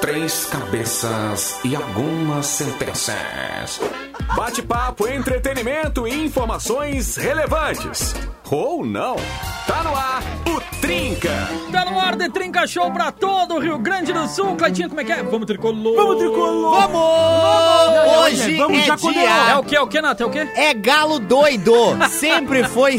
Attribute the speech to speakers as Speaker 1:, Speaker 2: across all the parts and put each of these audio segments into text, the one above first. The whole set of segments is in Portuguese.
Speaker 1: três cabeças e algumas sentenças.
Speaker 2: Bate-papo, entretenimento e informações relevantes. Ou não. Tá no ar o Trinca.
Speaker 3: Tá no ar de Trinca Show pra todo o Rio Grande do Sul. Cleitinho, como é que é? Vamos tricolor.
Speaker 4: Vamos, tricolor!
Speaker 5: Vamos! Hoje
Speaker 4: Vamos,
Speaker 5: é
Speaker 4: Jaconeiro!
Speaker 5: dia.
Speaker 3: É o que? É o que, Nath? É o que?
Speaker 5: É galo doido! Sempre foi,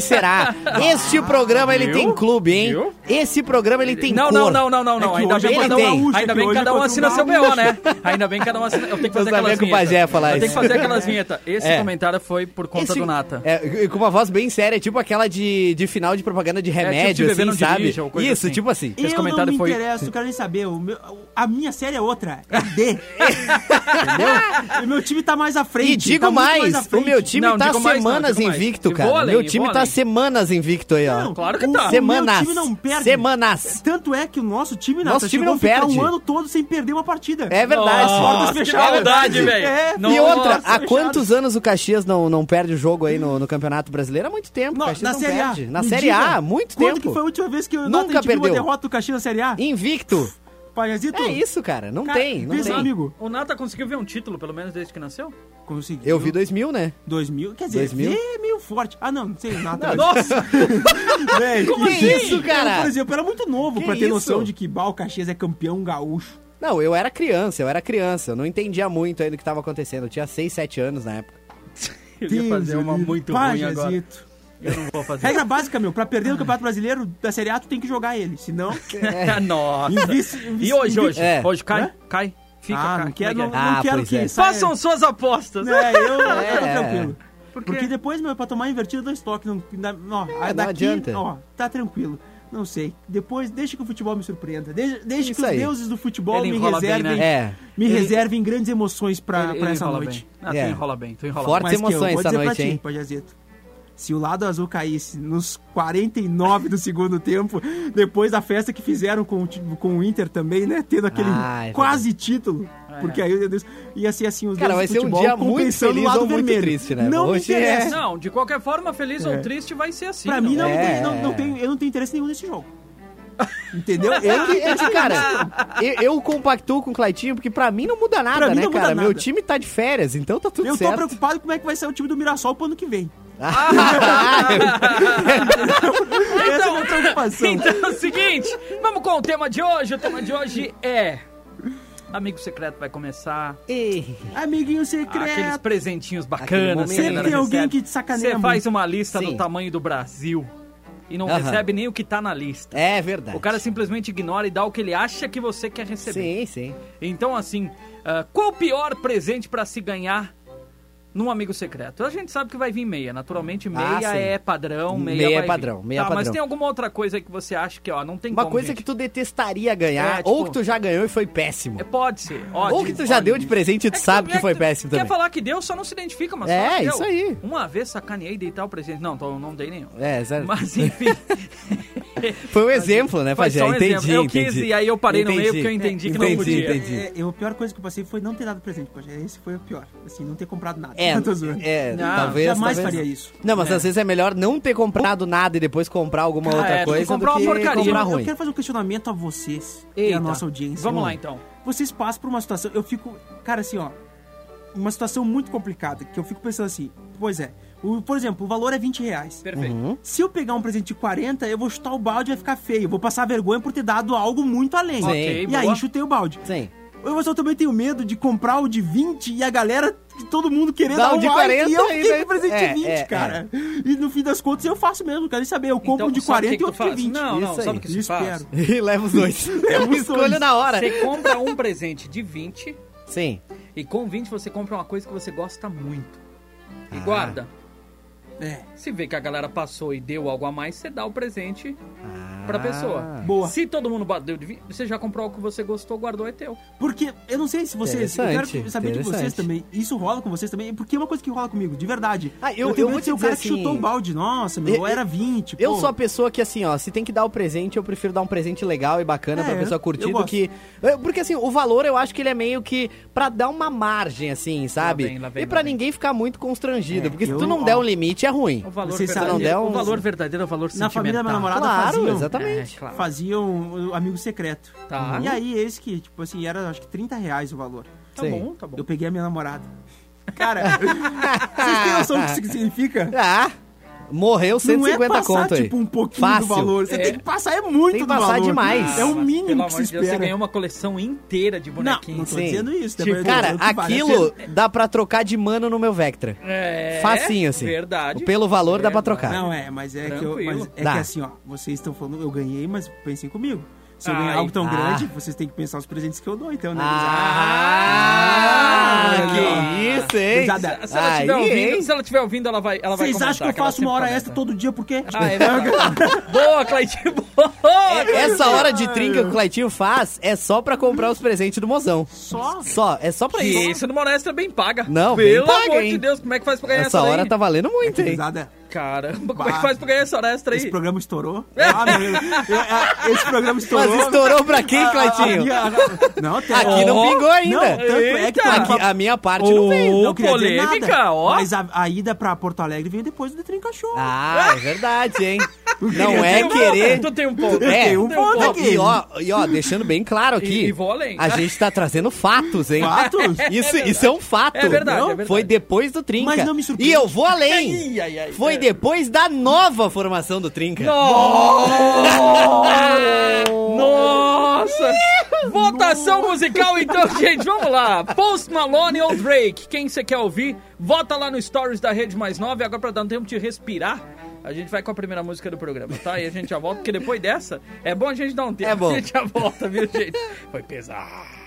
Speaker 5: será. Este programa ele tem clube, hein?
Speaker 3: Viu?
Speaker 5: Esse programa ele tem
Speaker 3: Não,
Speaker 5: cor.
Speaker 3: não, não, não, não, não.
Speaker 5: que
Speaker 3: Ainda
Speaker 5: hoje
Speaker 3: bem,
Speaker 5: é
Speaker 3: cada
Speaker 5: Pajé.
Speaker 3: um, ainda
Speaker 4: Hoje
Speaker 3: bem
Speaker 4: é
Speaker 3: que cada um
Speaker 4: contra o
Speaker 3: assina seu
Speaker 4: Gaúcho.
Speaker 3: BO, né? Ainda bem que cada um assina. Eu tenho que fazer
Speaker 5: sabia
Speaker 3: aquelas
Speaker 5: que o Pajé ia
Speaker 3: vinhetas.
Speaker 5: falar
Speaker 3: Eu tenho que
Speaker 5: isso.
Speaker 3: fazer aquelas vinhetas. Esse
Speaker 5: É.
Speaker 3: comentário foi por conta
Speaker 5: Esse-
Speaker 3: do Nata.
Speaker 5: É, e com uma voz bem séria, tipo aquela de, de final de propaganda
Speaker 3: É,
Speaker 5: de
Speaker 3: um
Speaker 5: remédio,
Speaker 3: bebê não
Speaker 5: assim, sabe?
Speaker 3: dirige, ou coisa
Speaker 5: Isso,
Speaker 3: assim.
Speaker 5: tipo assim.
Speaker 3: Esse
Speaker 4: eu
Speaker 3: comentário
Speaker 4: não me
Speaker 3: foi-
Speaker 4: interesso, não quero nem saber. O meu- a minha série é outra, é D. Entendeu? O meu time tá mais à frente.
Speaker 5: E digo
Speaker 4: tá muito
Speaker 5: mais,
Speaker 4: à frente.
Speaker 5: o meu time
Speaker 3: Não,
Speaker 5: tá
Speaker 3: digo mais não,
Speaker 5: semanas
Speaker 3: digo mais.
Speaker 5: invicto,
Speaker 3: E
Speaker 5: cara.
Speaker 3: vôlei,
Speaker 5: meu
Speaker 3: e
Speaker 5: time tá
Speaker 3: vôlei.
Speaker 5: semanas invicto aí, ó.
Speaker 4: Não,
Speaker 3: Claro que
Speaker 4: o-
Speaker 3: tá.
Speaker 4: o
Speaker 5: Semanas.
Speaker 4: meu time não perde.
Speaker 5: Semanas.
Speaker 4: Tanto é que o nosso time, Nata,
Speaker 5: Nosso time
Speaker 4: chegou
Speaker 5: não
Speaker 4: a ficar
Speaker 5: perde.
Speaker 4: um ano todo sem perder uma partida.
Speaker 5: É verdade.
Speaker 3: Nossa,
Speaker 4: Portas
Speaker 3: que
Speaker 4: fechadas.
Speaker 3: maldade, velho.
Speaker 4: É,
Speaker 3: Nossa.
Speaker 5: E outra, há
Speaker 4: fechado.
Speaker 5: quantos anos o Caxias não, não perde o jogo aí no, no Campeonato Brasileiro? Há muito tempo.
Speaker 4: Não,
Speaker 5: o Caxias
Speaker 4: na
Speaker 5: não
Speaker 4: Série A.
Speaker 5: perde. Na
Speaker 4: Me
Speaker 5: Série
Speaker 4: diga,
Speaker 5: A, há muito
Speaker 4: Quando
Speaker 5: tempo.
Speaker 4: que foi a última vez que o
Speaker 5: Nunca
Speaker 4: Nota, a gente viu
Speaker 5: perdeu.
Speaker 4: uma derrota do Caxias na Série A?
Speaker 5: Invicto.
Speaker 4: Palhazito?
Speaker 5: É isso, cara. Não
Speaker 4: Cara,
Speaker 5: tem, não
Speaker 4: pensa,
Speaker 5: tem.
Speaker 4: amigo.
Speaker 3: O Nata conseguiu ver um título, pelo menos desde que nasceu?
Speaker 4: Conseguiu.
Speaker 5: Eu vi 2000, né?
Speaker 4: 2000, quer dizer,
Speaker 5: 2000?
Speaker 4: é meio forte. Ah, não, não sei nada.
Speaker 3: Nossa!
Speaker 4: velho.
Speaker 5: Como
Speaker 4: que
Speaker 5: é isso, cara?
Speaker 4: Eu, assim? por exemplo, era muito novo
Speaker 5: Que
Speaker 4: pra ter
Speaker 5: isso?
Speaker 4: noção de que Bal Caxias é campeão gaúcho.
Speaker 5: Não, eu era criança, eu era criança. Eu não entendia muito aí do que tava acontecendo. Eu tinha 6, 7 anos na época.
Speaker 3: Eu ia fazer uma
Speaker 4: Deus,
Speaker 3: muito ruim
Speaker 4: Pajazito.
Speaker 3: agora. Ah. Eu não vou fazer.
Speaker 4: Regra básica, meu, pra perder o Campeonato Brasileiro da Série A, tu tem que jogar ele, senão...
Speaker 3: É. Nossa.
Speaker 4: Invici-
Speaker 3: E hoje, hoje?
Speaker 5: É.
Speaker 3: Hoje cai?
Speaker 4: Hã?
Speaker 3: Cai? Fica,
Speaker 4: ah,
Speaker 3: cai. Como é que é?
Speaker 4: não quero, não, não
Speaker 5: Ah,
Speaker 4: quero
Speaker 5: pois
Speaker 4: que
Speaker 5: é.
Speaker 4: saia-
Speaker 3: Façam suas apostas.
Speaker 4: É, eu eu tô
Speaker 5: É.
Speaker 4: tranquilo.
Speaker 3: Porque-
Speaker 4: Porque depois, meu, é pra tomar invertida dois toques, não, na- ó,
Speaker 5: É,
Speaker 4: ah,
Speaker 5: não
Speaker 4: daqui,
Speaker 5: adianta.
Speaker 4: Ó, tá tranquilo. Não sei. Depois, deixa que o futebol me surpreenda. Deixa, deixa que
Speaker 5: Isso
Speaker 4: os
Speaker 5: aí.
Speaker 4: deuses do futebol
Speaker 3: Ele
Speaker 4: me
Speaker 3: enrola bem,
Speaker 4: reservem,
Speaker 3: né?
Speaker 5: É.
Speaker 4: me
Speaker 5: Ele-
Speaker 4: reservem grandes emoções pra,
Speaker 3: Ele-
Speaker 4: pra
Speaker 3: ele
Speaker 4: essa
Speaker 3: enrola
Speaker 4: noite.
Speaker 3: Bem. Ah,
Speaker 5: É.
Speaker 3: tu enrola bem, tu enrola
Speaker 5: Forte.
Speaker 3: bem.
Speaker 4: Mas que eu
Speaker 5: emoções
Speaker 4: vou
Speaker 5: essa
Speaker 4: dizer pra
Speaker 5: noite,
Speaker 4: ti,
Speaker 5: hein?
Speaker 4: Pajazito, Se o lado azul caísse nos 49 do segundo tempo, depois da festa que fizeram com, o ti- com o Inter também, né? Tendo aquele
Speaker 5: Ah, é
Speaker 4: quase título. Porque aí meu Deus, ia ser assim os
Speaker 5: Cara,
Speaker 4: deuses
Speaker 5: vai
Speaker 4: do
Speaker 5: ser um
Speaker 4: futebol
Speaker 5: dia muito
Speaker 4: compensando o
Speaker 5: feliz
Speaker 4: lado
Speaker 5: ou muito
Speaker 4: vermelho.
Speaker 5: triste, né?
Speaker 4: Não me
Speaker 5: Hoje é-
Speaker 4: interessa.
Speaker 3: Não, de qualquer forma, feliz ou triste, vai ser assim.
Speaker 4: É. Pra mim, não,
Speaker 5: É.
Speaker 4: não, não tem, eu não tenho interesse nenhum nesse jogo. Entendeu?
Speaker 5: Eu que- é que, cara, eu, eu compactuo com o Claitinho, porque pra mim não muda nada,
Speaker 4: Pra mim
Speaker 5: né,
Speaker 4: não muda
Speaker 5: cara?
Speaker 4: nada.
Speaker 5: Meu time tá de férias, então tá tudo
Speaker 4: Eu tô
Speaker 5: certo.
Speaker 4: preocupado como é que vai ser o time do Mirassol pro ano que vem. Essa é a minha preocupação.
Speaker 3: Então é o seguinte, vamos com o tema de hoje. O tema de hoje é. Amigo secreto vai começar.
Speaker 5: Ei,
Speaker 4: Amiguinho
Speaker 3: Aqueles
Speaker 4: secreto.
Speaker 3: presentinhos
Speaker 5: Aquele
Speaker 3: bacanas. que a
Speaker 5: momento, né?
Speaker 3: galera
Speaker 5: Sempre tem
Speaker 4: alguém
Speaker 3: recebe.
Speaker 4: que te sacaneia
Speaker 3: Você
Speaker 4: muito.
Speaker 3: faz uma lista
Speaker 5: Sim.
Speaker 3: do tamanho do Brasil e não
Speaker 5: Aham.
Speaker 3: recebe nem o que tá na lista.
Speaker 5: é verdade.
Speaker 3: O cara simplesmente ignora e dá o que ele acha que você quer receber.
Speaker 5: Sim, sim.
Speaker 3: Então, assim, ah, qual o pior presente pra se ganhar num amigo secreto? A gente sabe que vai vir meia. Naturalmente,
Speaker 5: Ah,
Speaker 3: meia
Speaker 5: sim.
Speaker 3: é padrão, meia,
Speaker 5: Meia é
Speaker 3: vai vir.
Speaker 5: padrão, meia é
Speaker 3: tá, Mas
Speaker 5: padrão.
Speaker 3: tem alguma outra coisa que você acha que, ó, não tem
Speaker 5: Uma
Speaker 3: como,
Speaker 5: coisa
Speaker 3: gente.
Speaker 5: que tu detestaria ganhar,
Speaker 3: É,
Speaker 5: ou
Speaker 3: tipo-
Speaker 5: que tu já ganhou e foi péssimo.
Speaker 3: É, pode ser. Ó,
Speaker 5: ou
Speaker 3: diz-
Speaker 5: que tu já
Speaker 3: ó,
Speaker 5: deu de presente e tu
Speaker 3: é
Speaker 5: sabe
Speaker 3: tu-
Speaker 5: que
Speaker 3: é
Speaker 5: foi
Speaker 3: tu
Speaker 5: péssimo também.
Speaker 3: Quer falar que deu, só não se identifica, mas
Speaker 5: É,
Speaker 3: fala que deu.
Speaker 5: isso aí.
Speaker 3: Uma vez sacaneei deitar o presente. Não, então eu não dei nenhum.
Speaker 5: É, sério.
Speaker 3: Mas enfim.
Speaker 5: Foi um exemplo, né,
Speaker 3: Foi
Speaker 5: Fajé?
Speaker 3: só um
Speaker 5: entendi,
Speaker 3: exemplo. Eu
Speaker 5: entendi.
Speaker 3: quis e aí eu parei no meio
Speaker 5: Entendi.
Speaker 3: porque eu entendi que não
Speaker 5: Entendi,
Speaker 3: podia.
Speaker 5: entendi.
Speaker 4: É, eu, a pior coisa que eu passei foi não ter dado presente, poxa. Esse foi o pior. Assim, não ter comprado nada.
Speaker 5: É,
Speaker 4: Eu tô zoando.
Speaker 5: é
Speaker 3: Não,
Speaker 5: talvez.
Speaker 4: jamais
Speaker 5: talvez.
Speaker 4: faria isso.
Speaker 5: Não, mas
Speaker 3: É.
Speaker 5: às vezes é melhor não ter comprado nada e depois comprar alguma outra
Speaker 3: é, tem que
Speaker 5: coisa.
Speaker 3: comprar
Speaker 5: do
Speaker 3: uma
Speaker 5: que
Speaker 3: porcaria.
Speaker 5: Comprar
Speaker 4: eu, eu
Speaker 5: ruim.
Speaker 4: quero fazer um questionamento a vocês e
Speaker 3: Eita.
Speaker 4: a nossa audiência.
Speaker 3: Vamos
Speaker 5: Uhum.
Speaker 3: lá então.
Speaker 4: Vocês passam por uma situação. Eu fico. Cara, assim, ó. Uma situação muito complicada. Que eu fico pensando assim. Pois é. o- por exemplo, o valor é 20 reais.
Speaker 3: Perfeito.
Speaker 5: Uhum.
Speaker 4: Se eu pegar um presente de 40, eu vou chutar o balde e vai ficar feio. Eu vou passar vergonha por ter dado algo muito além.
Speaker 5: Sim.
Speaker 3: Ok,
Speaker 4: E
Speaker 3: boa.
Speaker 4: aí chutei o balde.
Speaker 5: Sim.
Speaker 4: Eu mas eu também tenho medo de comprar o de 20 e a galera, todo mundo querendo
Speaker 5: Dá o
Speaker 4: dar
Speaker 5: de
Speaker 4: mais,
Speaker 5: 40
Speaker 4: e eu
Speaker 5: e
Speaker 4: fiquei
Speaker 5: daí-
Speaker 4: com o presente
Speaker 5: é,
Speaker 4: de 20,
Speaker 5: é, Então,
Speaker 4: cara. E no fim das contas eu faço mesmo, quero saber, eu compro um de
Speaker 3: sabe o
Speaker 4: 40
Speaker 3: que
Speaker 4: e
Speaker 3: que tu
Speaker 4: outro de
Speaker 3: faz?
Speaker 4: 20.
Speaker 3: Não, não,
Speaker 5: Isso
Speaker 3: sabe
Speaker 5: aí.
Speaker 3: o que se faz?
Speaker 4: Espero.
Speaker 5: E leva os dois. Eu
Speaker 4: os
Speaker 5: escolho
Speaker 4: dois.
Speaker 5: na hora.
Speaker 3: Você compra um presente de 20
Speaker 5: Sim.
Speaker 3: e com 20 você compra uma coisa que você gosta muito. E guarda.
Speaker 4: É,
Speaker 3: Se vê que a galera passou e deu algo a mais, você dá o presente pra
Speaker 5: Ah.
Speaker 3: pessoa.
Speaker 4: boa.
Speaker 3: Se todo mundo bateu de 20, você já comprou o que você gostou, guardou, é teu.
Speaker 4: Porque eu não sei se vocês, eu
Speaker 5: Interessante,
Speaker 4: quero saber de vocês
Speaker 5: interessante.
Speaker 4: também. Isso rola com vocês também, porque é uma coisa que rola comigo, de verdade.
Speaker 5: Ah, eu-
Speaker 4: tenho
Speaker 5: eu
Speaker 4: medo
Speaker 5: vou
Speaker 4: de
Speaker 5: te
Speaker 4: ser o cara
Speaker 5: dizer
Speaker 4: que chutou
Speaker 5: assim,
Speaker 4: o balde, nossa, meu,
Speaker 5: eu-
Speaker 4: eu, era 20,
Speaker 5: Eu
Speaker 4: pô.
Speaker 5: sou a pessoa que, assim, ó, se tem que dar o presente, eu prefiro dar um presente legal e bacana
Speaker 4: É,
Speaker 5: pra pessoa curtir
Speaker 4: eu
Speaker 5: do
Speaker 4: gosto.
Speaker 5: que. é, Porque, assim, o valor eu acho que ele é meio que pra dar uma margem, assim, sabe?
Speaker 3: vem, lá vem,
Speaker 5: e
Speaker 3: lá
Speaker 5: pra
Speaker 3: vem.
Speaker 5: ninguém ficar muito constrangido.
Speaker 4: É,
Speaker 5: porque se
Speaker 4: eu-
Speaker 5: tu não der
Speaker 4: ó,
Speaker 5: um limite, notícia ruim.
Speaker 3: O valor,
Speaker 4: Vocês
Speaker 3: verdadeiro,
Speaker 4: sabem-
Speaker 5: Não der
Speaker 3: o
Speaker 5: um-
Speaker 3: valor verdadeiro é o valor
Speaker 4: Na
Speaker 3: sentimental.
Speaker 4: família da minha namorada
Speaker 5: Claro,
Speaker 4: faziam,
Speaker 5: exatamente.
Speaker 3: É, claro.
Speaker 4: faziam o um, amigo secreto.
Speaker 3: Tá.
Speaker 4: E aí, eles que, tipo assim, era acho que 30 reais o valor.
Speaker 3: Tá
Speaker 5: Sim.
Speaker 3: bom, tá bom.
Speaker 4: Eu peguei a minha namorada. Cara, vocês têm noção do que isso significa?
Speaker 5: Ah, morreu
Speaker 4: não é
Speaker 5: 150
Speaker 4: passar,
Speaker 5: conto aí.
Speaker 4: tipo, um pouquinho
Speaker 5: Fácil.
Speaker 4: do valor. Você tem que passar, é muito
Speaker 5: Tem que
Speaker 4: do
Speaker 5: passar
Speaker 4: valor.
Speaker 5: demais.
Speaker 4: É o
Speaker 3: mas,
Speaker 4: mínimo
Speaker 3: pelo
Speaker 4: que
Speaker 3: amor de
Speaker 4: se
Speaker 3: Deus,
Speaker 4: espera.
Speaker 3: Você ganhou um uma coleção inteira de
Speaker 4: Não, não
Speaker 3: bonequinhos.
Speaker 4: tô dizendo isso. né?
Speaker 5: Tipo,
Speaker 4: Mas eu tô
Speaker 5: cara,
Speaker 4: dizendo que vale a
Speaker 5: aquilo
Speaker 4: pena.
Speaker 5: dá pra trocar de mano no meu Vectra.
Speaker 3: É,
Speaker 5: Facinho, assim.
Speaker 3: Verdade.
Speaker 5: Pelo valor dá pra trocar.
Speaker 4: Não, é, mas é que eu...
Speaker 3: Tranquilo.
Speaker 4: Mas é
Speaker 5: Dá.
Speaker 4: que assim, ó, vocês estão falando, eu ganhei, mas pensem comigo. Se eu
Speaker 3: Ai.
Speaker 4: ganhar algo tão
Speaker 5: Ah.
Speaker 4: grande, vocês têm que pensar os presentes que eu dou, então, né?
Speaker 5: Ah,
Speaker 4: Ah,
Speaker 5: que
Speaker 4: olha.
Speaker 5: isso, hein?
Speaker 4: Gurizada,
Speaker 3: Se ela, tiver
Speaker 5: Aí,
Speaker 3: ouvindo,
Speaker 5: hein?
Speaker 3: se ela tiver ouvindo, ela vai ela Ah, vai
Speaker 4: Vocês acham
Speaker 3: comentar,
Speaker 4: que eu
Speaker 3: ela
Speaker 4: faço uma
Speaker 3: sempre
Speaker 4: hora
Speaker 3: comenta.
Speaker 4: extra todo dia, por quê?
Speaker 3: Ah, é verdade. Boa, Cleitinho. Boa.
Speaker 5: É Essa hora de trinca que o Claitinho faz é só pra comprar os presentes do mozão.
Speaker 4: Só?
Speaker 5: Só, é só pra
Speaker 3: E
Speaker 5: isso.
Speaker 3: isso numa hora extra bem paga.
Speaker 5: Não, bem
Speaker 3: Pelo
Speaker 5: paga,
Speaker 3: amor de
Speaker 5: hein?
Speaker 3: Deus, como é que faz pra ganhar essa,
Speaker 5: Essa hora
Speaker 3: daí?
Speaker 5: tá valendo muito, hein?
Speaker 4: Gurizada,
Speaker 3: Caramba, como é que
Speaker 4: Bah.
Speaker 3: faz pra ganhar essa hora extra aí?
Speaker 4: Esse programa estourou. Ah, meu Deus. Eu- eu- Esse programa estourou.
Speaker 5: Mas estourou pra quem, Claitinho?
Speaker 4: Ah, ah, ah, Não, tem...
Speaker 5: Aqui não
Speaker 3: Ó,
Speaker 5: pingou
Speaker 4: Não,
Speaker 5: ainda.
Speaker 4: tanto é que
Speaker 3: Eita.
Speaker 4: tá
Speaker 5: Aqui, a minha parte não veio.
Speaker 3: Ô,
Speaker 4: Não queria dizer nada,
Speaker 3: polêmica, ó.
Speaker 4: Mas a, a ida pra Porto Alegre veio depois do Detrinca Show.
Speaker 5: Ah, é verdade, hein? Não
Speaker 3: Tem
Speaker 5: é
Speaker 3: um
Speaker 5: querer.
Speaker 3: ponto, Tu tem um ponto.
Speaker 4: Eu
Speaker 5: É,
Speaker 4: tenho um
Speaker 5: não,
Speaker 4: ponto aqui.
Speaker 5: E ó, e ó, deixando bem claro aqui.
Speaker 3: E- e vou além.
Speaker 5: A gente tá trazendo fatos, hein?
Speaker 4: Fatos?
Speaker 5: Isso, isso é um fato.
Speaker 3: É verdade,
Speaker 5: Não,
Speaker 3: é verdade.
Speaker 5: Foi depois do Trinca.
Speaker 4: Mas não me surpreende.
Speaker 5: E
Speaker 4: É
Speaker 5: eu vou além.
Speaker 3: Ai, ai, ai.
Speaker 5: Foi depois da nova formação do Trinca.
Speaker 3: Nossa! Votação musical, então, gente, vamos lá. Post Malone ou Drake? Quem você quer ouvir? Vota lá no Stories da Rede Mais 9. Agora, pra dar um tempo de respirar, a gente vai com a primeira música do programa, tá? E a gente já volta, porque depois dessa, é bom a gente dar um tempo.
Speaker 5: É bom.
Speaker 3: A gente já volta, viu, gente? Foi pesado.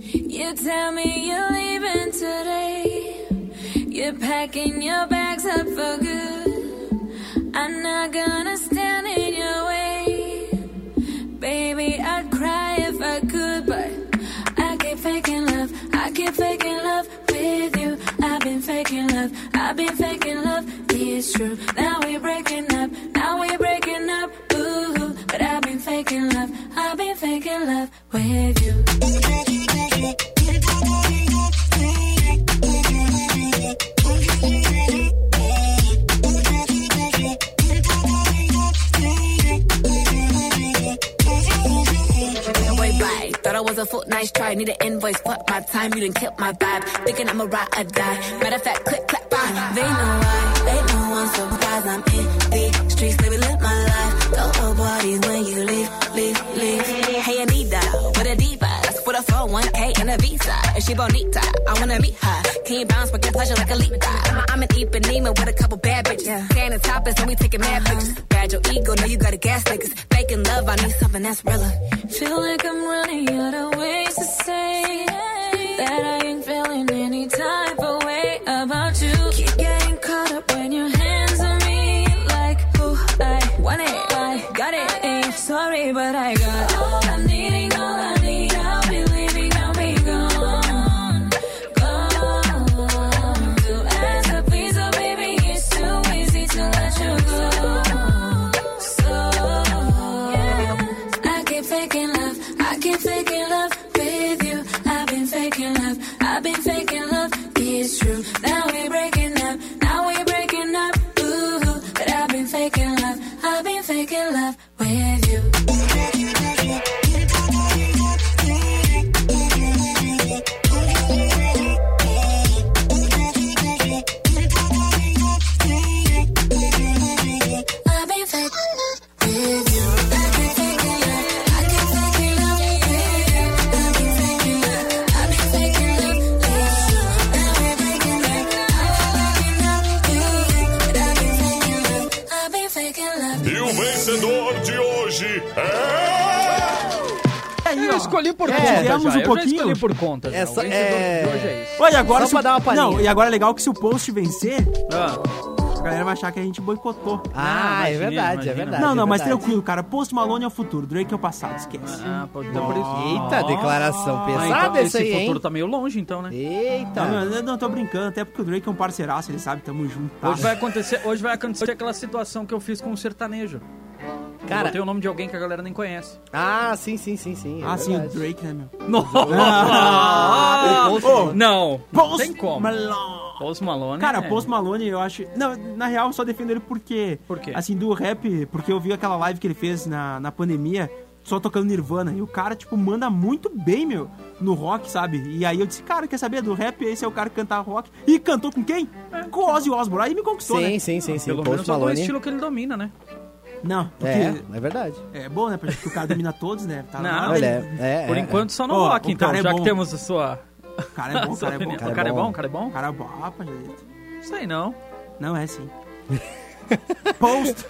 Speaker 6: You tell me you're leaving today. You're packing your bags up for good. I'm not gonna stand in your way. Baby, I'd cry if I could, but I keep faking love. I keep faking love with you. I've been faking love. I've been faking love. It's true. Now we're breaking up. Now we're breaking up. Ooh, but I've been faking love. I've been faking love with you.
Speaker 7: way by. Thought I was a foot, nice try. Need an invoice, fuck my time. You done killed my vibe. Thinking I'm a ride or die. Matter of fact, click, clap, bye. They know why. They know I'm surprised. I'm in the streets, baby, live my life. Don't know parties when you leave, leave, leave. Hey, Anita, with a diva. That's for the phone, 1K and a visa. And she bonita. I wanna meet her. Can you bounce with your pleasure like a leap? I'm, I'm an Ipanema with a couple bad bitches. Standing topless and we taking mad pictures. Bad your ego, know you got a gas niggas. Faking love, I need something that's realer.
Speaker 6: Feel like I'm running out of ways to say that I ain't feeling any type of way about you. Keep getting caught up when your hands on me, like who I want it, I got it. Ain't sorry, but I got all I'm needing, all I need. I'll be leaving, I'll be gone, gone. Do as I please, oh baby, it's too easy to let you go. So I keep faking love, I keep faking love with you. I've been faking love, I've been faking love, it's true. Now we're breaking up, now we're breaking up, ooh. But I've been faking love, I've been faking love with you. I've been faking with you. I've been faking love, I've been faking love with you. I've been faking love, I've been faking love with you. Now we're breaking up, now we're breaking up, ooh. But I've been faking love, I've been faking love.
Speaker 8: E o vencedor de hoje é.
Speaker 3: Eu escolhi por conta.
Speaker 5: tá
Speaker 4: fizemos
Speaker 3: já.
Speaker 4: um
Speaker 3: eu
Speaker 4: pouquinho.
Speaker 3: já escolhi por conta. já.
Speaker 5: É
Speaker 3: O
Speaker 5: só-
Speaker 3: vencedor
Speaker 5: é-
Speaker 3: de hoje é isso.
Speaker 4: Olha, agora
Speaker 5: Só
Speaker 4: se
Speaker 5: pra
Speaker 4: o-
Speaker 5: dar uma palhinha.
Speaker 4: Não, e agora é legal que se o post vencer,
Speaker 3: Ah,
Speaker 4: a galera vai achar que a gente boicotou.
Speaker 3: imagina,
Speaker 5: Ah, é verdade,
Speaker 3: imagina.
Speaker 5: é verdade.
Speaker 4: não, não,
Speaker 5: é
Speaker 4: mas
Speaker 5: verdade.
Speaker 4: tranquilo, cara. Post Malone é o futuro, Drake é o passado, esquece.
Speaker 3: ah, pode então por isso.
Speaker 5: Eita, declaração
Speaker 3: Ah,
Speaker 5: pesada
Speaker 3: então
Speaker 5: essa
Speaker 3: esse
Speaker 5: aí,
Speaker 3: futuro
Speaker 5: hein?
Speaker 3: tá meio longe, então, né?
Speaker 5: Eita.
Speaker 4: é Não, Tá, eu não tô brincando, até porque o Drake é um parceiraço, ele sabe, tamo junto. tá?
Speaker 5: é
Speaker 3: Hoje vai, acontecer, hoje vai acontecer aquela situação que eu fiz com o sertanejo. Cara,
Speaker 5: Cara,
Speaker 3: botei o nome de alguém que a galera nem conhece.
Speaker 5: ah, sim, sim, sim, sim. é
Speaker 4: Ah, sim, o
Speaker 5: verdade.
Speaker 4: Drake, né, meu?
Speaker 3: Não,
Speaker 5: Ah,
Speaker 3: não,
Speaker 4: Post
Speaker 3: tem como.
Speaker 4: Malone.
Speaker 3: Post Malone.
Speaker 4: Cara,
Speaker 3: é.
Speaker 4: Post Malone, eu acho. Não, na real, eu só defendo ele porque.
Speaker 3: Por quê?
Speaker 4: Assim, do rap, porque eu vi aquela live que ele fez na, na pandemia, só tocando Nirvana. E o cara, tipo, manda muito bem, meu, no rock, sabe? E aí eu disse, cara, quer saber? Do rap, esse é o cara que cantar rock. E cantou com quem?
Speaker 3: É,
Speaker 4: Com o Ozzy Osbourne. Aí me conquistou,
Speaker 5: Sim,
Speaker 4: né?
Speaker 5: sim, sim, sim.
Speaker 3: Pelo menos
Speaker 5: Post
Speaker 3: só com o
Speaker 5: Malone.
Speaker 3: estilo que ele domina, né?
Speaker 4: Não, porque.
Speaker 5: É, é verdade.
Speaker 4: É, bom, né? Pra gente que o cara domina todos, né? Tá
Speaker 3: Não,
Speaker 4: na hora
Speaker 5: Olha,
Speaker 4: dele-
Speaker 5: é, é,
Speaker 3: Por
Speaker 5: é.
Speaker 3: enquanto só no
Speaker 4: Ó,
Speaker 3: rock,
Speaker 4: o
Speaker 3: então,
Speaker 4: cara é
Speaker 3: já
Speaker 4: bom.
Speaker 3: que temos a sua.
Speaker 4: O cara é bom, o cara é bom.
Speaker 3: O
Speaker 4: cara é
Speaker 3: cara é bom,
Speaker 5: bom.
Speaker 3: o cara é bom?
Speaker 4: bom. Cara é bom, rapaz.
Speaker 3: Não sei não.
Speaker 4: Não é assim. Post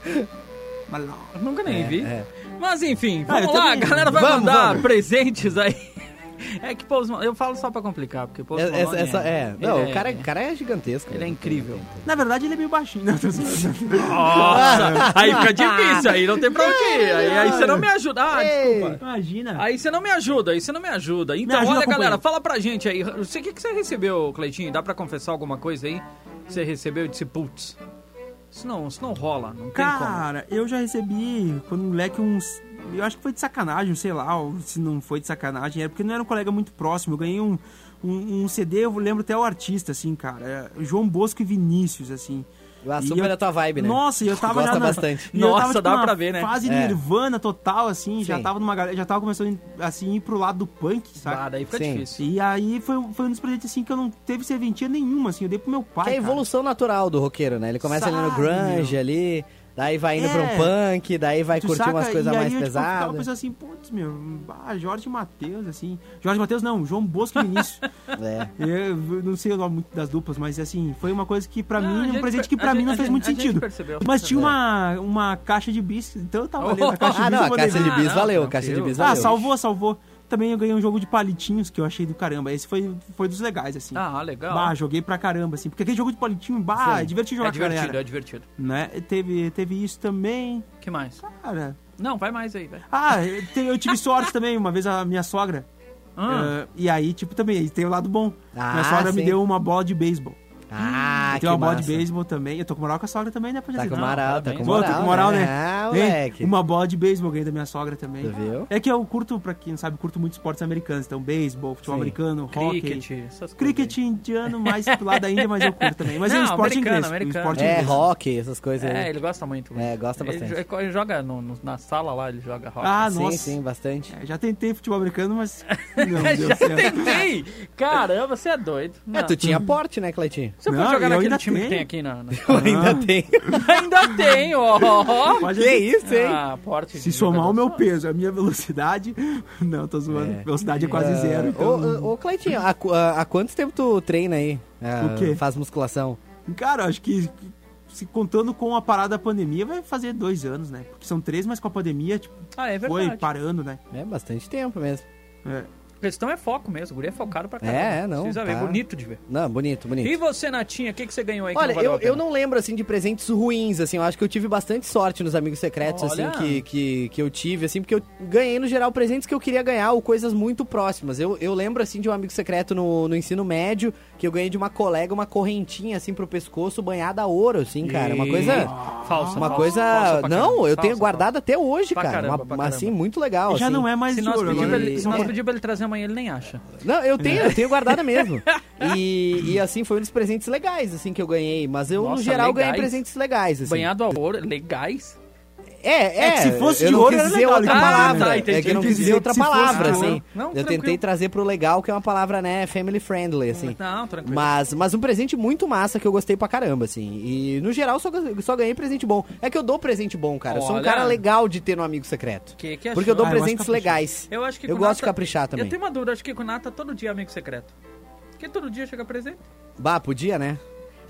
Speaker 4: Malone.
Speaker 3: Eu nunca nem vi.
Speaker 5: é.
Speaker 3: Mas enfim,
Speaker 4: Ah, eu
Speaker 3: vamos lá, a
Speaker 4: também-
Speaker 3: galera vai
Speaker 5: Vamos,
Speaker 3: mandar
Speaker 5: vamos.
Speaker 3: presentes aí. É que Post Malone, eu falo só pra complicar, porque Post
Speaker 5: Essa,
Speaker 3: Malone
Speaker 5: essa, essa-
Speaker 4: né?
Speaker 5: é.
Speaker 3: ele
Speaker 5: Não, o cara, o cara é gigantesco.
Speaker 3: Ele é
Speaker 5: né?
Speaker 3: incrível.
Speaker 4: Na verdade, ele é meio baixinho. Não, tô zoando.
Speaker 3: Nossa, aí fica difícil, aí não tem pra onde ir. Aí, aí você não me ajuda. Ah, desculpa.
Speaker 4: Imagina.
Speaker 3: Aí você não me ajuda, aí você não me ajuda. Então,
Speaker 4: ajuda,
Speaker 3: olha, galera,
Speaker 4: companheiro.
Speaker 3: fala pra gente aí. Você, o que, que você recebeu, Cleitinho? Dá pra confessar alguma coisa aí? Que Você recebeu e disse, putz, isso não, isso não rola, não tem como.
Speaker 4: Cara, eu já recebi quando um moleque uns. Eu acho que foi de sacanagem, sei lá, ou se não foi de sacanagem, era porque não era um colega muito próximo. Eu ganhei um, um, um CD, eu lembro até o artista, assim, cara. é João Bosco e Vinícius, assim.
Speaker 5: Ah,
Speaker 4: E
Speaker 5: super
Speaker 4: eu-
Speaker 5: a tua vibe, né?
Speaker 4: Nossa, e eu tava
Speaker 5: Gosta
Speaker 4: já na,
Speaker 5: bastante.
Speaker 4: e eu
Speaker 3: Nossa,
Speaker 4: tava, tipo,
Speaker 3: dá
Speaker 4: numa
Speaker 3: pra ver, né?
Speaker 4: Fase
Speaker 5: É.
Speaker 4: nirvana total, assim, já
Speaker 5: Sim.
Speaker 4: tava numa galera, já tava começando assim, a ir pro lado do punk, sabe?
Speaker 3: Ah, daí fica
Speaker 5: Sim.
Speaker 3: difícil.
Speaker 4: E aí foi, foi um dos presentes assim que eu não teve serventia nenhuma, assim, eu dei pro meu pai.
Speaker 5: Que é a
Speaker 4: cara.
Speaker 5: evolução natural do roqueiro, né? Ele começa ali no
Speaker 4: Sabe,
Speaker 5: grunge,
Speaker 4: meu.
Speaker 5: ali, daí vai indo
Speaker 4: É.
Speaker 5: pra um punk, daí vai
Speaker 4: Tu
Speaker 5: curtir
Speaker 4: saca?
Speaker 5: umas coisas
Speaker 4: E aí
Speaker 5: mais
Speaker 4: eu, tipo, ficava
Speaker 5: pesadas.
Speaker 4: pensando assim, putz, meu, ah, Jorge Matheus, assim. Jorge Matheus não, João Bosco e Vinícius.
Speaker 5: É.
Speaker 4: eu não sei o nome muito das duplas, mas assim, foi uma coisa que pra
Speaker 3: Não, Ah, a
Speaker 4: mim,
Speaker 3: gente
Speaker 4: um presente
Speaker 3: per-
Speaker 4: que
Speaker 3: a
Speaker 4: pra mim
Speaker 3: gente-
Speaker 4: não
Speaker 3: a
Speaker 4: fez
Speaker 3: gente-
Speaker 4: muito
Speaker 3: a gente
Speaker 4: sentido.
Speaker 3: percebeu. né?
Speaker 4: Mas tinha uma, uma caixa de bis, então eu tava lendo a caixa
Speaker 5: Ah,
Speaker 4: de bis.
Speaker 5: não,
Speaker 4: eu
Speaker 5: a
Speaker 4: mandei
Speaker 5: caixa de
Speaker 4: ver.
Speaker 5: bis
Speaker 3: não,
Speaker 5: valeu, a
Speaker 3: tranquilo.
Speaker 5: caixa de bis valeu.
Speaker 4: Ah, salvou, salvou. Também eu ganhei um jogo de palitinhos que eu achei do caramba. Esse foi, foi dos legais, assim.
Speaker 3: Ah, legal.
Speaker 4: Bah, joguei pra caramba, assim. Porque aquele jogo de palitinho, bah, é divertido jogar
Speaker 3: é
Speaker 4: com a
Speaker 3: divertido, é
Speaker 4: galera.
Speaker 3: divertido.
Speaker 4: Né? Teve, teve isso também.
Speaker 3: que mais?
Speaker 4: Cara,
Speaker 3: Não, vai mais aí, velho.
Speaker 4: Ah, eu te- eu tive sorte também, uma vez a minha sogra.
Speaker 3: Ah,
Speaker 4: eh, e aí, tipo, também, aí tem o lado bom.
Speaker 5: Ah,
Speaker 4: minha sogra
Speaker 5: sim.
Speaker 4: me deu uma bola de beisebol.
Speaker 5: Ah, que
Speaker 4: tem uma bola
Speaker 5: massa.
Speaker 4: de beisebol também. Eu tô com moral com a sogra também, né? Pra
Speaker 5: Tá
Speaker 4: dizer,
Speaker 5: com
Speaker 4: não.
Speaker 5: moral, tá
Speaker 3: parabéns.
Speaker 5: com
Speaker 4: Pô,
Speaker 5: moral.
Speaker 4: tô com moral, né?
Speaker 5: Ah,
Speaker 4: Hein?
Speaker 5: moleque.
Speaker 4: Uma bola de beisebol ganhei da minha sogra também.
Speaker 5: Tu viu?
Speaker 4: É que eu curto, pra quem não sabe, curto muito esportes americanos. Então, beisebol, futebol
Speaker 5: Sim.
Speaker 4: americano,
Speaker 3: cricket,
Speaker 4: hockey.
Speaker 3: essas coisas.
Speaker 4: Cricket indiano, mais pro lado da Índia, mas eu curto também. Mas é
Speaker 3: Não,
Speaker 4: um esporte
Speaker 3: americano,
Speaker 4: inglês. um
Speaker 3: americano.
Speaker 4: esporte
Speaker 5: É,
Speaker 4: inglês.
Speaker 5: rock, essas coisas
Speaker 3: É,
Speaker 5: aí.
Speaker 3: ele gosta muito.
Speaker 5: É, gosta
Speaker 3: Ele
Speaker 5: bastante.
Speaker 3: jo- Ele joga no- no- na sala lá, ele joga rock.
Speaker 4: Ah,
Speaker 5: Sim,
Speaker 4: nossa.
Speaker 5: sim, bastante.
Speaker 4: É, já tentei futebol americano, mas. Não, deu
Speaker 3: Já
Speaker 4: certo.
Speaker 3: tentei! Caramba, você é doido.
Speaker 5: É,
Speaker 3: Não.
Speaker 5: tu tinha porte, né, Cleitinho?
Speaker 3: Você foi
Speaker 4: Não,
Speaker 3: jogar
Speaker 4: eu
Speaker 3: naquele
Speaker 4: ainda
Speaker 3: time que tem
Speaker 4: tenho.
Speaker 3: aqui na. na-
Speaker 5: Eu ainda tenho.
Speaker 3: ainda tem, ó.
Speaker 4: Pode
Speaker 5: que isso, hein?
Speaker 3: Ah, porte de
Speaker 4: Se somar o meu
Speaker 3: jogador só.
Speaker 4: peso, a minha velocidade. Não, tô zoando.
Speaker 5: É.
Speaker 4: Velocidade é quase zero. Então...
Speaker 5: Ô, ô, ô, Cleitinho, há, qu- há- há quanto tempo tu treina aí? Ah,
Speaker 4: O quê?
Speaker 5: Faz musculação?
Speaker 4: Cara, acho que se contando com a parada da pandemia, vai fazer dois anos, né? Porque são três, mas com a pandemia, tipo,
Speaker 3: Ah, é
Speaker 4: foi
Speaker 3: verdade.
Speaker 4: parando, né?
Speaker 5: É bastante tempo mesmo.
Speaker 4: É.
Speaker 3: A questão é foco mesmo. O guri é focado pra
Speaker 5: É,
Speaker 3: caramba.
Speaker 5: é, não,
Speaker 3: Precisa ver,
Speaker 5: tá.
Speaker 3: bonito de ver.
Speaker 5: Não, bonito, bonito.
Speaker 3: E você, Natinha, o que, que você ganhou aí? que
Speaker 5: Olha,
Speaker 3: valeu
Speaker 5: eu,
Speaker 3: a pena?
Speaker 5: eu não lembro, assim, de presentes ruins, assim. Eu acho que eu tive bastante sorte nos Amigos Secretos,
Speaker 3: Olha.
Speaker 5: assim, que, que, que eu tive, assim. Porque eu ganhei, no geral, presentes que eu queria ganhar ou coisas muito próximas. Eu, eu lembro, assim, de um Amigo Secreto no, no ensino médio, que eu ganhei de uma colega uma correntinha, assim, pro pescoço banhada a ouro, assim, cara. Uma
Speaker 3: E-
Speaker 5: coisa...
Speaker 3: Falsa.
Speaker 5: Uma
Speaker 3: falsa,
Speaker 5: coisa...
Speaker 3: falsa pra
Speaker 5: não,
Speaker 3: caramba,
Speaker 5: eu tenho
Speaker 3: falsa,
Speaker 5: guardado até hoje,
Speaker 3: Pra
Speaker 5: cara.
Speaker 3: caramba,
Speaker 5: Uma-
Speaker 3: pra
Speaker 5: assim,
Speaker 3: caramba.
Speaker 5: muito legal,
Speaker 4: Já
Speaker 5: assim.
Speaker 4: não é mais
Speaker 3: Se
Speaker 4: de
Speaker 3: nós
Speaker 4: ouro.
Speaker 3: pedirmos
Speaker 4: Agora...
Speaker 3: pra
Speaker 5: né?
Speaker 3: ele, se
Speaker 4: são-
Speaker 3: nós pedir pra ele trazer amanhã, ele nem acha.
Speaker 5: Não, eu tenho, eu tenho guardada mesmo. E, e, assim, foi um dos presentes legais, assim, que eu ganhei. Mas eu,
Speaker 3: Nossa,
Speaker 5: no geral,
Speaker 3: legais.
Speaker 5: ganhei presentes legais, assim.
Speaker 3: Banhado a ouro, legais.
Speaker 5: É, é.
Speaker 4: É que se fosse
Speaker 5: eu
Speaker 4: de
Speaker 5: não
Speaker 4: ouro,
Speaker 5: quis
Speaker 4: era
Speaker 5: dizer
Speaker 4: legal,
Speaker 5: outra
Speaker 4: entendi.
Speaker 5: palavra.
Speaker 3: Ah, tá,
Speaker 5: é
Speaker 3: entendi.
Speaker 5: que eu não
Speaker 4: Entendi
Speaker 5: quis dizer
Speaker 4: que
Speaker 5: outra
Speaker 4: se fosse
Speaker 5: palavra,
Speaker 4: de
Speaker 5: assim.
Speaker 4: ouro.
Speaker 3: Não,
Speaker 5: eu
Speaker 3: tranquilo. Ah, tá,
Speaker 5: tentei trazer pro legal, que é uma palavra, né, family friendly, assim.
Speaker 3: Não, tranquilo.
Speaker 5: Mas, mas um presente muito massa que eu gostei pra caramba, assim. E no geral só, só ganhei presente bom. É que eu dou presente bom, cara. Eu sou um
Speaker 3: Olha.
Speaker 5: cara legal de ter um amigo secreto.
Speaker 3: Que que é
Speaker 5: Porque eu dou
Speaker 4: Ah, eu acho
Speaker 5: presentes
Speaker 4: caprichado.
Speaker 5: legais.
Speaker 3: Eu acho que
Speaker 5: Eu
Speaker 3: com
Speaker 5: gosto de
Speaker 3: nata-
Speaker 5: caprichar também.
Speaker 3: Eu tenho uma dúvida, acho que com Nata todo dia é amigo secreto. Porque todo dia chega presente.
Speaker 5: Bah, podia, né?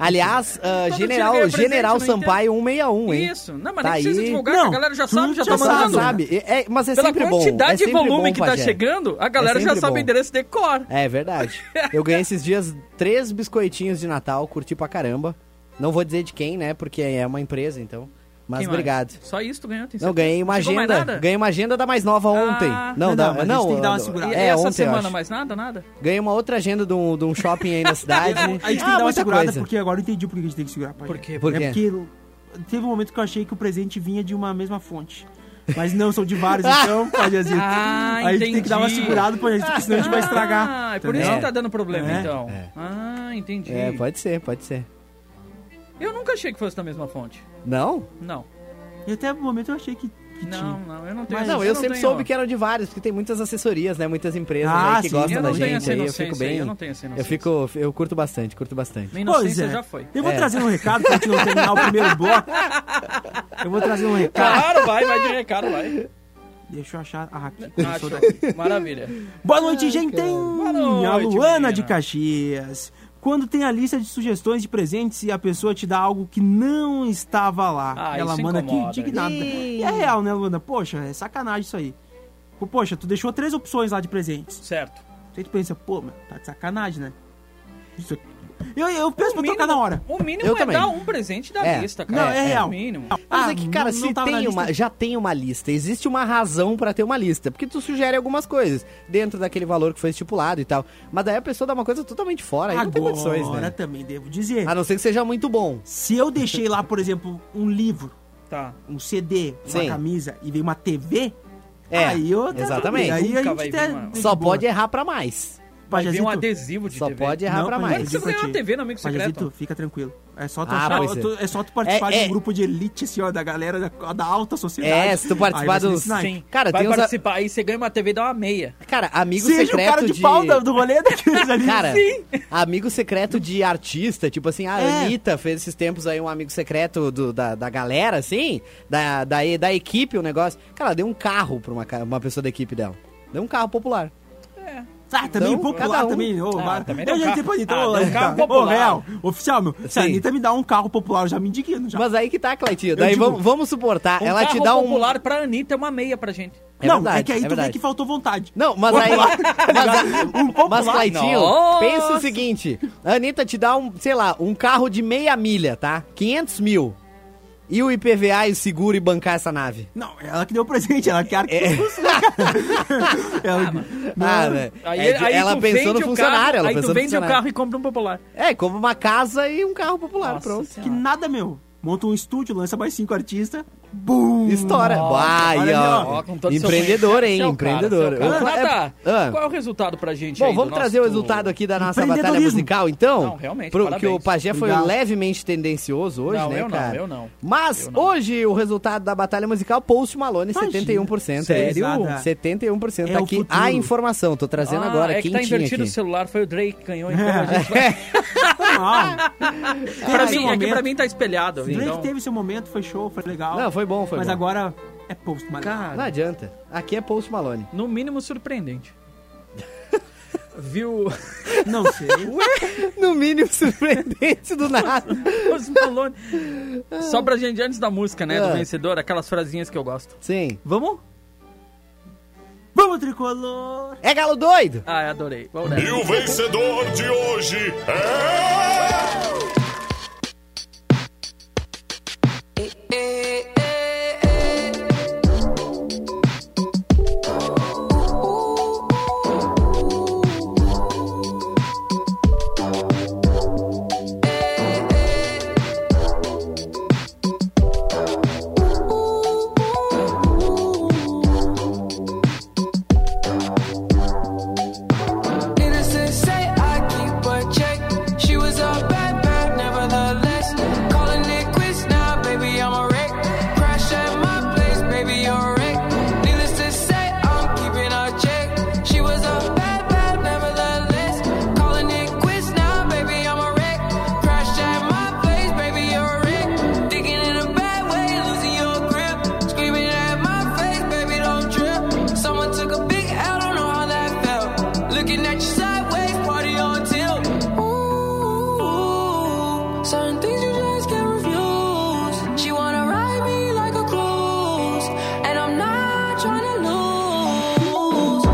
Speaker 5: Aliás, ah,
Speaker 3: Todo
Speaker 5: general,
Speaker 3: dia ganha presente,
Speaker 5: General
Speaker 3: não
Speaker 5: Sampaio 161, hein?
Speaker 3: Isso. Não, mas
Speaker 5: Tá
Speaker 3: nem precisa
Speaker 5: aí.
Speaker 3: divulgar,
Speaker 4: Não,
Speaker 3: que a galera já
Speaker 4: tu
Speaker 3: sabe, já
Speaker 4: já
Speaker 3: tá
Speaker 5: Só
Speaker 3: mandando.
Speaker 5: sabe, é, é- mas é
Speaker 3: Pela
Speaker 5: sempre bom. é
Speaker 3: quantidade de
Speaker 5: sempre
Speaker 3: volume
Speaker 5: bom,
Speaker 3: que tá
Speaker 5: pajé.
Speaker 3: chegando, a galera já
Speaker 5: É sempre
Speaker 3: sabe
Speaker 5: bom.
Speaker 3: o endereço de cor.
Speaker 5: É verdade. Eu ganhei esses dias três biscoitinhos de Natal, curti pra caramba. Não vou dizer de quem, né? Porque é uma empresa, então. Mas
Speaker 3: Quem mais?
Speaker 5: obrigado.
Speaker 3: Só isso tu ganhou, tem
Speaker 5: Não,
Speaker 3: certeza?
Speaker 5: ganhei uma
Speaker 3: Chegou mais
Speaker 5: agenda.
Speaker 3: nada?
Speaker 5: Ganhei uma agenda da mais nova ontem.
Speaker 3: Ah,
Speaker 5: não,
Speaker 4: não,
Speaker 5: da,
Speaker 4: não, mas a gente
Speaker 5: não,
Speaker 4: tem que dar uma
Speaker 5: eu-
Speaker 4: segurada.
Speaker 3: E
Speaker 5: É,
Speaker 3: essa
Speaker 5: ontem, eu
Speaker 3: semana,
Speaker 5: acho.
Speaker 3: mais nada, nada?
Speaker 5: Ganhei uma outra agenda de um, de um shopping aí na cidade.
Speaker 4: A gente tem que
Speaker 5: Ah,
Speaker 4: dar uma
Speaker 5: muita
Speaker 4: segurada,
Speaker 5: coisa.
Speaker 4: é porque agora eu entendi por que a gente tem que segurar. pai.
Speaker 3: Por quê?
Speaker 5: Por
Speaker 4: É
Speaker 5: quê?
Speaker 4: porque teve um momento que eu achei que o presente vinha de uma mesma fonte. Mas não, são de vários, então, Pajazito.
Speaker 3: Ah,
Speaker 4: Aí a gente tem que dar uma
Speaker 3: entendi.
Speaker 4: segurada, Pajazito, porque senão a gente vai estragar.
Speaker 3: Ah, é por isso que
Speaker 4: entendeu?
Speaker 3: tá dando problema,
Speaker 4: É.
Speaker 3: então.
Speaker 5: É.
Speaker 3: Ah, entendi.
Speaker 5: É, pode ser, pode ser.
Speaker 3: Eu nunca achei que fosse da mesma fonte.
Speaker 5: Não?
Speaker 3: Não.
Speaker 4: E até o momento eu achei que, que
Speaker 3: Não,
Speaker 4: tinha.
Speaker 3: não, eu não tenho.
Speaker 5: não, eu, sempre
Speaker 3: tenho-
Speaker 5: soube que eram de vários, porque tem muitas assessorias, né? Muitas empresas
Speaker 4: Ah,
Speaker 5: aí que
Speaker 4: sim.
Speaker 5: gostam
Speaker 3: Eu
Speaker 5: da
Speaker 3: não tenho
Speaker 5: gente.
Speaker 3: essa
Speaker 5: Aí eu fico
Speaker 3: inocência aí,
Speaker 5: bem.
Speaker 3: eu não tenho essa
Speaker 5: eu
Speaker 3: inocência.
Speaker 5: fico, eu curto bastante, curto bastante.
Speaker 3: Minha
Speaker 4: Pois
Speaker 3: inocência
Speaker 4: é.
Speaker 3: já foi.
Speaker 4: Eu vou
Speaker 5: É.
Speaker 4: trazer um recado pra gente não terminar o primeiro bloco. Eu vou trazer um recado.
Speaker 3: Claro, vai, vai de recado, vai. Tá.
Speaker 4: Deixa eu achar. Ah, aqui.
Speaker 3: Ah,
Speaker 4: sou
Speaker 3: show.
Speaker 4: daqui.
Speaker 3: Maravilha.
Speaker 4: Boa noite, gente!
Speaker 3: Ah, noite,
Speaker 4: a Luana
Speaker 3: menina.
Speaker 4: de Caxias. Quando tem a lista de sugestões de presentes e a pessoa te dá algo que não estava lá,
Speaker 3: Ah,
Speaker 4: ela
Speaker 3: isso
Speaker 4: manda
Speaker 3: incomoda.
Speaker 4: aqui indignada. E é real, né, Luana? Poxa, é sacanagem isso aí. Pô, Poxa, tu deixou três opções lá de presentes.
Speaker 3: Certo.
Speaker 4: Aí tu pensa, pô, mas tá de sacanagem, né? Isso aqui- Eu, eu penso pra trocar na hora.
Speaker 3: É O mínimo
Speaker 5: Eu
Speaker 3: é
Speaker 5: também.
Speaker 3: dar um presente da
Speaker 5: É.
Speaker 3: lista, cara.
Speaker 4: Não, é real.
Speaker 3: O mínimo.
Speaker 5: Mas
Speaker 4: Ah,
Speaker 5: é que, cara,
Speaker 4: não-
Speaker 5: se
Speaker 4: não tava na
Speaker 5: tem uma,
Speaker 4: lista.
Speaker 5: já tem uma lista, existe uma razão pra ter uma lista, porque tu sugere algumas coisas dentro daquele valor que foi estipulado e tal. Mas daí a pessoa dá uma coisa totalmente fora, aí não tem condições,
Speaker 4: Agora
Speaker 5: né?
Speaker 4: também devo dizer.
Speaker 5: A não ser que seja muito bom.
Speaker 4: Se eu deixei lá, por exemplo, um livro,
Speaker 3: Tá.
Speaker 4: um CD, uma
Speaker 5: Sim.
Speaker 4: camisa e veio uma TV,
Speaker 5: É,
Speaker 4: aí eu até-
Speaker 5: exatamente.
Speaker 4: Aí
Speaker 3: Nunca
Speaker 4: a
Speaker 3: vai
Speaker 4: gente até,
Speaker 3: vir uma-
Speaker 5: Só pode errar pra mais.
Speaker 3: Vai vir um
Speaker 4: Pajazito,
Speaker 3: adesivo de
Speaker 5: Só
Speaker 3: TV.
Speaker 5: pode errar
Speaker 4: Não,
Speaker 5: pra
Speaker 4: mas
Speaker 5: mais.
Speaker 3: Mas se
Speaker 4: adesivo
Speaker 3: você ganhar
Speaker 4: pra
Speaker 3: uma
Speaker 4: ti.
Speaker 3: TV no Amigo
Speaker 4: Pajazito,
Speaker 3: Secreto.
Speaker 4: fica tranquilo. É só tu,
Speaker 5: Ah,
Speaker 4: achar-
Speaker 5: pois é.
Speaker 4: tu- é só tu participar
Speaker 5: É,
Speaker 4: de um
Speaker 5: é.
Speaker 4: grupo de elite, assim, ó, da galera da, da alta sociedade.
Speaker 5: É, se tu
Speaker 4: Aí
Speaker 5: participar
Speaker 4: vai ser
Speaker 5: dos.
Speaker 4: nesse naipe.
Speaker 3: Sim.
Speaker 5: Cara,
Speaker 3: vai
Speaker 5: tem uns a-
Speaker 3: participar aí, você ganha uma TV e dá uma meia.
Speaker 5: Cara, amigo
Speaker 4: Seja o
Speaker 5: secreto
Speaker 4: cara de, pau da- do rolê daqueles ali.
Speaker 5: Cara,
Speaker 3: Sim.
Speaker 5: amigo secreto de artista, tipo assim, a
Speaker 4: É.
Speaker 5: Anitta fez esses tempos aí um amigo secreto do- da, da galera, assim, da, da, e- da equipe, o negócio. Cara, ela deu um carro pra uma, ca- uma pessoa da equipe dela. Deu um carro popular.
Speaker 4: Ah, também
Speaker 5: Então,
Speaker 4: popular
Speaker 5: cada um-
Speaker 4: também. ô,
Speaker 3: Ah,
Speaker 4: vai.
Speaker 3: também dá
Speaker 4: eu
Speaker 3: um
Speaker 4: já
Speaker 3: carro-
Speaker 4: disse pra Anitta,
Speaker 3: Ah,
Speaker 4: então, ô,
Speaker 5: é
Speaker 3: dá um
Speaker 4: Anitta,
Speaker 3: carro
Speaker 4: ô,
Speaker 3: popular.
Speaker 4: real, oficial, meu, se a
Speaker 5: Sim.
Speaker 4: Anitta me dá um carro popular, eu já me indigno, já.
Speaker 5: Mas aí que tá, Cleitinho. Daí
Speaker 4: digo,
Speaker 5: vamos, vamos suportar.
Speaker 3: Um
Speaker 5: ela te
Speaker 3: carro
Speaker 5: dá um.
Speaker 3: popular pra Anitta é uma meia pra gente.
Speaker 5: É
Speaker 4: não,
Speaker 5: verdade,
Speaker 4: é que aí
Speaker 5: é
Speaker 4: tu vê
Speaker 5: verdade.
Speaker 4: que faltou vontade.
Speaker 5: Não, mas aí. mas,
Speaker 4: Um popular,
Speaker 5: mas Claitinho,
Speaker 3: nossa.
Speaker 5: pensa o seguinte: a Anitta te dá um, sei lá, um carro de meia milha, tá? 500 mil. E o IPVA e o seguro e bancar essa nave?
Speaker 4: Não, ela que deu o presente, ela quer que
Speaker 5: É.
Speaker 4: ela...
Speaker 5: Ah, né?
Speaker 3: Aí,
Speaker 5: É de-
Speaker 3: aí
Speaker 5: ela
Speaker 3: tu
Speaker 5: pensou
Speaker 3: vende
Speaker 5: no
Speaker 3: o
Speaker 5: funcionário,
Speaker 3: carro,
Speaker 5: ela
Speaker 3: aí tu
Speaker 5: pensou no
Speaker 3: vende o
Speaker 5: funcionário.
Speaker 3: carro e compra um popular.
Speaker 5: É, como uma casa e um carro popular,
Speaker 3: Nossa
Speaker 5: pronto.
Speaker 4: Que
Speaker 3: Senhora.
Speaker 4: nada, meu. Monta um estúdio, lança mais cinco tá artistas. Bum!
Speaker 5: História. Vai,
Speaker 4: olha ali,
Speaker 5: ó.
Speaker 4: ó,
Speaker 3: com todo seu
Speaker 5: Empreendedor,
Speaker 3: conhecimento.
Speaker 5: hein?
Speaker 3: Seu cara,
Speaker 5: Empreendedor.
Speaker 3: seu cara.
Speaker 5: Eu- é-
Speaker 3: Renata,
Speaker 5: ah.
Speaker 3: Qual é o resultado pra gente aí
Speaker 5: Bom,
Speaker 3: do
Speaker 5: vamos
Speaker 3: nosso-
Speaker 5: trazer o resultado aqui da nossa batalha
Speaker 4: Empreendedorismo.
Speaker 5: musical, então.
Speaker 3: Não, realmente,
Speaker 5: que o
Speaker 3: parabéns.
Speaker 5: Pajé foi
Speaker 4: Obrigado.
Speaker 5: levemente tendencioso hoje,
Speaker 3: Não,
Speaker 5: né,
Speaker 3: eu não,
Speaker 5: cara?
Speaker 3: eu não.
Speaker 5: Mas
Speaker 3: Eu não.
Speaker 5: hoje o resultado da batalha musical, Post Malone,
Speaker 4: Imagina.
Speaker 5: 71%.
Speaker 4: Sério?
Speaker 5: 71%.
Speaker 4: É
Speaker 5: tá
Speaker 4: o
Speaker 5: aqui
Speaker 4: futuro.
Speaker 5: a informação, tô trazendo
Speaker 3: Ah,
Speaker 5: agora,
Speaker 3: é que
Speaker 5: quem
Speaker 3: tá
Speaker 5: tinha
Speaker 3: invertido
Speaker 5: aqui.
Speaker 3: o celular, foi o Drake que ganhou, então a gente vai...
Speaker 4: Normal.
Speaker 3: pra
Speaker 4: Teve
Speaker 3: mim,
Speaker 4: seu
Speaker 3: é que pra
Speaker 4: momento.
Speaker 3: mim tá espelhado.
Speaker 4: Drake
Speaker 3: Então...
Speaker 4: Ah, teve seu momento, foi show, foi legal.
Speaker 5: Não, foi bom, foi
Speaker 4: Mas
Speaker 5: bom.
Speaker 4: agora é post, mano.
Speaker 5: Não
Speaker 3: Cara,
Speaker 5: adianta. Aqui é Post Malone.
Speaker 3: no mínimo surpreendente. Viu
Speaker 4: Não sei.
Speaker 5: No mínimo surpreendente do nada.
Speaker 3: os Malone. Só pra gente, antes da música, né, do
Speaker 5: Ah.
Speaker 3: vencedor, aquelas frasinhas que eu gosto.
Speaker 5: Sim.
Speaker 4: Vamos? Vamos, tricolor!
Speaker 5: É galo doido!
Speaker 3: Ah, adorei. Vamos
Speaker 8: E
Speaker 3: nessa.
Speaker 8: o vencedor de hoje é.
Speaker 9: Innocent say I keep a check. She was a bad bad, nevertheless. Calling it quits now, baby, I'm a wreck. Crash at my place, baby, you're a wreck. Needless to say, I'm keeping a check. She was a bad bad, nevertheless. Calling it quits now, baby, I'm a wreck. Crash at my place, baby, you're a wreck. Thinking in a bad way, losing your grip. Screaming at my face, baby, don't trip. Someone took a big L, don't know how that felt. Looking at you sideways, party on tilt. Ooh, certain things you just can't refuse. She wanna ride me like a cruise, and I'm not trying to lose.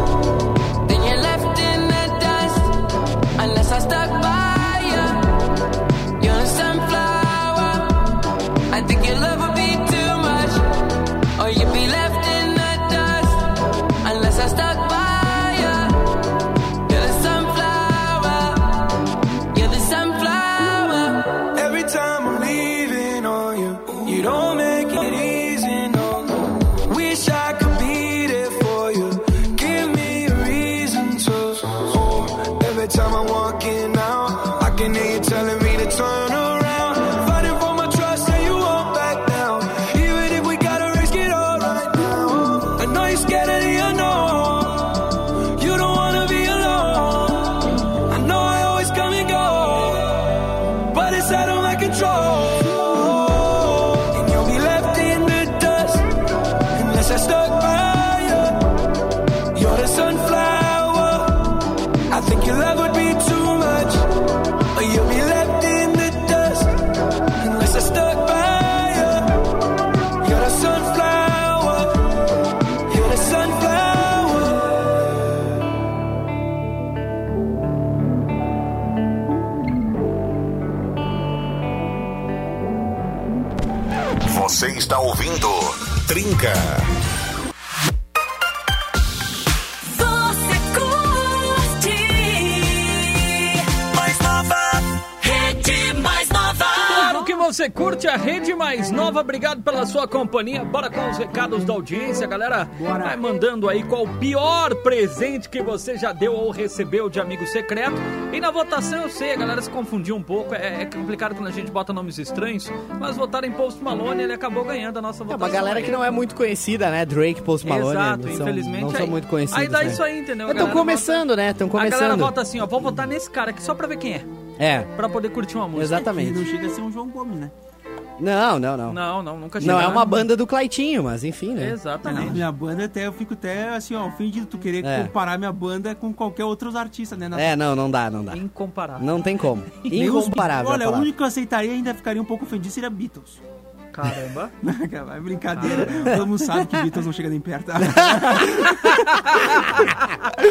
Speaker 9: Then you're left in the dust, unless I stuck by you. You're a sunflower. I think your love would be too much, or you'd be left in the dust, unless I stuck by you. You're the sunflower. You're the sunflower.
Speaker 10: Every time I'm leaving on you, you don't make it easy, no. Wish I
Speaker 8: está ouvindo Trinca.
Speaker 7: Você curte mais nova, rede mais nova.
Speaker 3: Claro que você curte a Rede Mais Nova. Obrigado pela sua companhia. Bora com os recados da audiência, galera. Vai mandando aí qual o pior presente que você já deu ou recebeu de amigo secreto. E na votação, eu sei, a galera se confundiu um pouco. É, é complicado quando a gente bota nomes estranhos. Mas votaram em Post Malone, ele acabou ganhando a nossa
Speaker 5: É
Speaker 3: votação.
Speaker 5: uma galera que não é muito conhecida, né? Drake, Post Malone.
Speaker 3: Exato,
Speaker 5: não são,
Speaker 3: infelizmente.
Speaker 5: Não são
Speaker 3: aí-
Speaker 5: muito conhecidos.
Speaker 3: Aí dá
Speaker 5: né?
Speaker 3: isso aí, entendeu?
Speaker 5: Mas estão
Speaker 3: A galera
Speaker 5: começando, né? Estão
Speaker 3: vota- A galera
Speaker 5: começando.
Speaker 3: vota assim, ó, vou votar nesse cara aqui só pra ver quem é.
Speaker 5: É,
Speaker 3: Pra poder curtir uma música.
Speaker 4: E não
Speaker 5: exatamente.
Speaker 4: chega a ser um João Gomes, né?
Speaker 5: Não, não, não. Não,
Speaker 3: Não, não, nunca chegou.
Speaker 5: é uma banda do Claitinho, mas enfim, né?
Speaker 4: Não,
Speaker 3: Exatamente.
Speaker 4: minha banda até eu fico até assim, ó, ofendido tu querer
Speaker 5: É.
Speaker 4: comparar minha banda com qualquer outros artistas, né? Na-
Speaker 5: É, não, não dá, não dá.
Speaker 3: Incomparável.
Speaker 5: Não tem como.
Speaker 4: Nem os
Speaker 5: Incomparável.
Speaker 3: é
Speaker 4: Beatles. Olha,
Speaker 5: a
Speaker 4: o
Speaker 5: palavra.
Speaker 4: único que eu aceitaria e ainda ficaria um pouco ofendido seria Beatles.
Speaker 3: Caramba.
Speaker 4: É brincadeira. Todo mundo sabe que Beatles não chega nem perto. ai,
Speaker 3: Ó,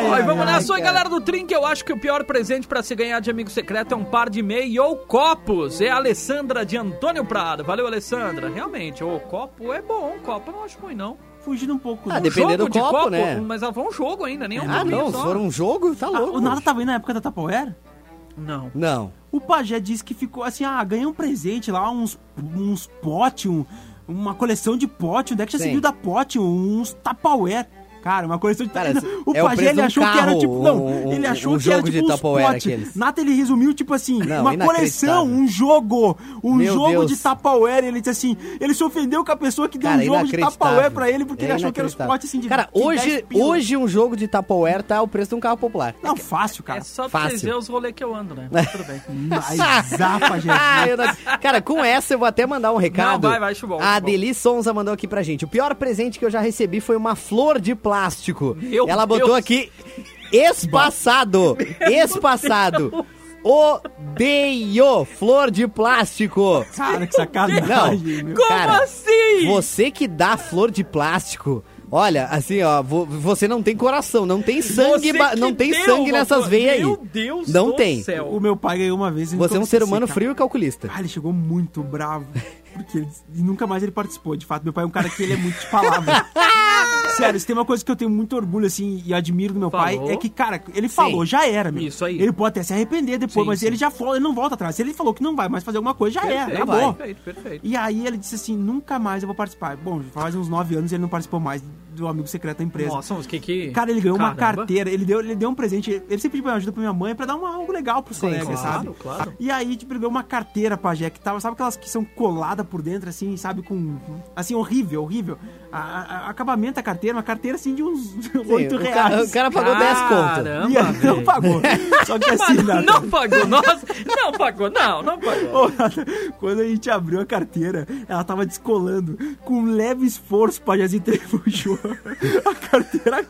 Speaker 3: e
Speaker 4: ai,
Speaker 3: vamos
Speaker 4: ai.
Speaker 3: nessa aí, galera do Trink. Eu acho que o pior presente pra se ganhar de amigo secreto é um par de meia ou copos. É a Alessandra de Antônio Prado. Valeu, Alessandra. Realmente, o copo é bom. Copo eu não acho ruim, não.
Speaker 4: Fugindo um pouco.
Speaker 5: Ah,
Speaker 4: do-
Speaker 5: dep- Depender
Speaker 3: jogo
Speaker 5: do
Speaker 3: de
Speaker 5: copo, né?
Speaker 3: Mas ela foi um jogo ainda, nem um
Speaker 5: Ah,
Speaker 3: joguinho
Speaker 5: não, se
Speaker 3: só.
Speaker 5: for um jogo, tá
Speaker 4: Ah,
Speaker 5: louco.
Speaker 4: o Nada tava indo na época da Tupperware?
Speaker 3: Não.
Speaker 5: Não.
Speaker 4: O pajé disse que ficou assim, ah, ganhei um presente lá, uns, uns pote, um- uma coleção de pote, onde é que já se
Speaker 5: Sim.
Speaker 4: viu da pote? Uns Tupperware. Cara, uma coleção de
Speaker 5: Cara,
Speaker 4: O
Speaker 5: é o preço
Speaker 4: pajé
Speaker 5: de
Speaker 4: ele
Speaker 5: um
Speaker 4: achou que era
Speaker 5: carro,
Speaker 4: tipo, não,
Speaker 5: um-
Speaker 4: ele
Speaker 5: um-
Speaker 4: achou
Speaker 5: um
Speaker 4: que era
Speaker 5: jogo de
Speaker 4: tipo uns
Speaker 5: Tupperware
Speaker 4: pote.
Speaker 5: aqueles.
Speaker 4: Nata ele resumiu tipo assim,
Speaker 5: Não,
Speaker 4: uma coleção, um jogo, um
Speaker 5: Meu
Speaker 4: jogo de
Speaker 5: Deus.
Speaker 4: Tupperware, ele disse assim, ele se ofendeu com a pessoa que deu
Speaker 5: Cara,
Speaker 4: um jogo de
Speaker 5: inacreditável.
Speaker 4: Tupperware pra ele porque
Speaker 5: É
Speaker 4: ele achou que era os
Speaker 5: inacreditável.
Speaker 4: potes assim de
Speaker 5: Cara,
Speaker 4: de
Speaker 5: hoje,
Speaker 4: 10 pila.
Speaker 5: hoje um jogo de Tupperware tá o preço de um carro popular.
Speaker 4: não fácil, cara.
Speaker 3: É só pra
Speaker 5: Tá, Fácil.
Speaker 3: vocês verem os rolês que eu ando, né? Mas Tudo bem.
Speaker 4: Mas zapa,
Speaker 5: Ah,
Speaker 4: gente.
Speaker 5: eu não- Cara, com essa eu vou até mandar um recado.
Speaker 3: Não, vai, vai, acho bom, acho
Speaker 5: A Adeli Sonza mandou aqui pra gente. O pior presente que eu já recebi foi uma flor de plástico.
Speaker 3: Meu
Speaker 5: Ela botou
Speaker 3: Deus.
Speaker 5: aqui espaçado. espaçado. Odeio flor de plástico.
Speaker 4: Cara, que sacanagem,
Speaker 5: Não.
Speaker 4: meu.
Speaker 3: Como
Speaker 5: Cara,
Speaker 3: assim?
Speaker 5: Você que dá flor de plástico. Olha, assim, ó, vo- você não tem coração, não tem sangue,
Speaker 3: Você
Speaker 5: ba-
Speaker 3: que
Speaker 5: não tem
Speaker 3: deu
Speaker 5: sangue
Speaker 3: uma
Speaker 5: nessas
Speaker 3: flor-
Speaker 5: veias aí.
Speaker 3: Meu Deus
Speaker 5: Não
Speaker 3: do
Speaker 5: tem.
Speaker 3: céu.
Speaker 4: O meu pai ganhou uma vez.
Speaker 5: Você
Speaker 4: e nunca
Speaker 5: é um
Speaker 4: vou
Speaker 5: ser
Speaker 4: esquecer,
Speaker 5: humano
Speaker 4: cara.
Speaker 5: frio e calculista.
Speaker 4: Ah, ele chegou muito bravo. Porque ele, e nunca mais ele participou, de fato. Meu pai é um cara que ele é muito de palavra. Sério, se tem uma coisa que eu tenho muito orgulho, assim, e admiro do meu
Speaker 3: Falou.
Speaker 4: pai, é que, cara, ele falou, já era, meu.
Speaker 3: Isso aí.
Speaker 4: Ele pode até se arrepender depois,
Speaker 3: Sim,
Speaker 4: mas
Speaker 3: sim.
Speaker 4: ele já falou, ele não volta atrás. Se ele falou que não vai mais fazer alguma coisa, já
Speaker 5: é,
Speaker 4: era,
Speaker 3: Perfeito,
Speaker 4: acabou.
Speaker 3: Perfeito, perfeito.
Speaker 4: E aí ele disse assim, nunca mais eu vou participar. Bom, faz uns nove anos ele não participou mais do Amigo Secreto da Empresa.
Speaker 3: Nossa, mas que que...
Speaker 4: Cara, ele ganhou uma
Speaker 3: Caramba.
Speaker 4: carteira, ele deu, ele deu um presente, ele sempre pediu ajuda pra minha mãe pra dar uma, algo legal pros colegas,
Speaker 5: claro,
Speaker 4: sabe?
Speaker 3: claro.
Speaker 4: E aí, tipo, ele ganhou uma carteira, pajé, que tava, sabe aquelas que são coladas por dentro, assim, sabe, com... Assim, horrível, horrível. A- a- a- acabamento da carteira, uma carteira, assim, de uns oito
Speaker 5: o cara,
Speaker 4: reais.
Speaker 5: o cara pagou 10 contas.
Speaker 4: E
Speaker 3: Caramba,
Speaker 4: aí, não
Speaker 3: velho.
Speaker 4: pagou. Só que assim,
Speaker 3: Mas
Speaker 4: Nata,
Speaker 3: não pagou, nossa, não pagou, não, não pagou.
Speaker 4: ô, Nata, quando a gente abriu a carteira, ela tava descolando. Com leve esforço, Pajazinho trebuchou. A carteira,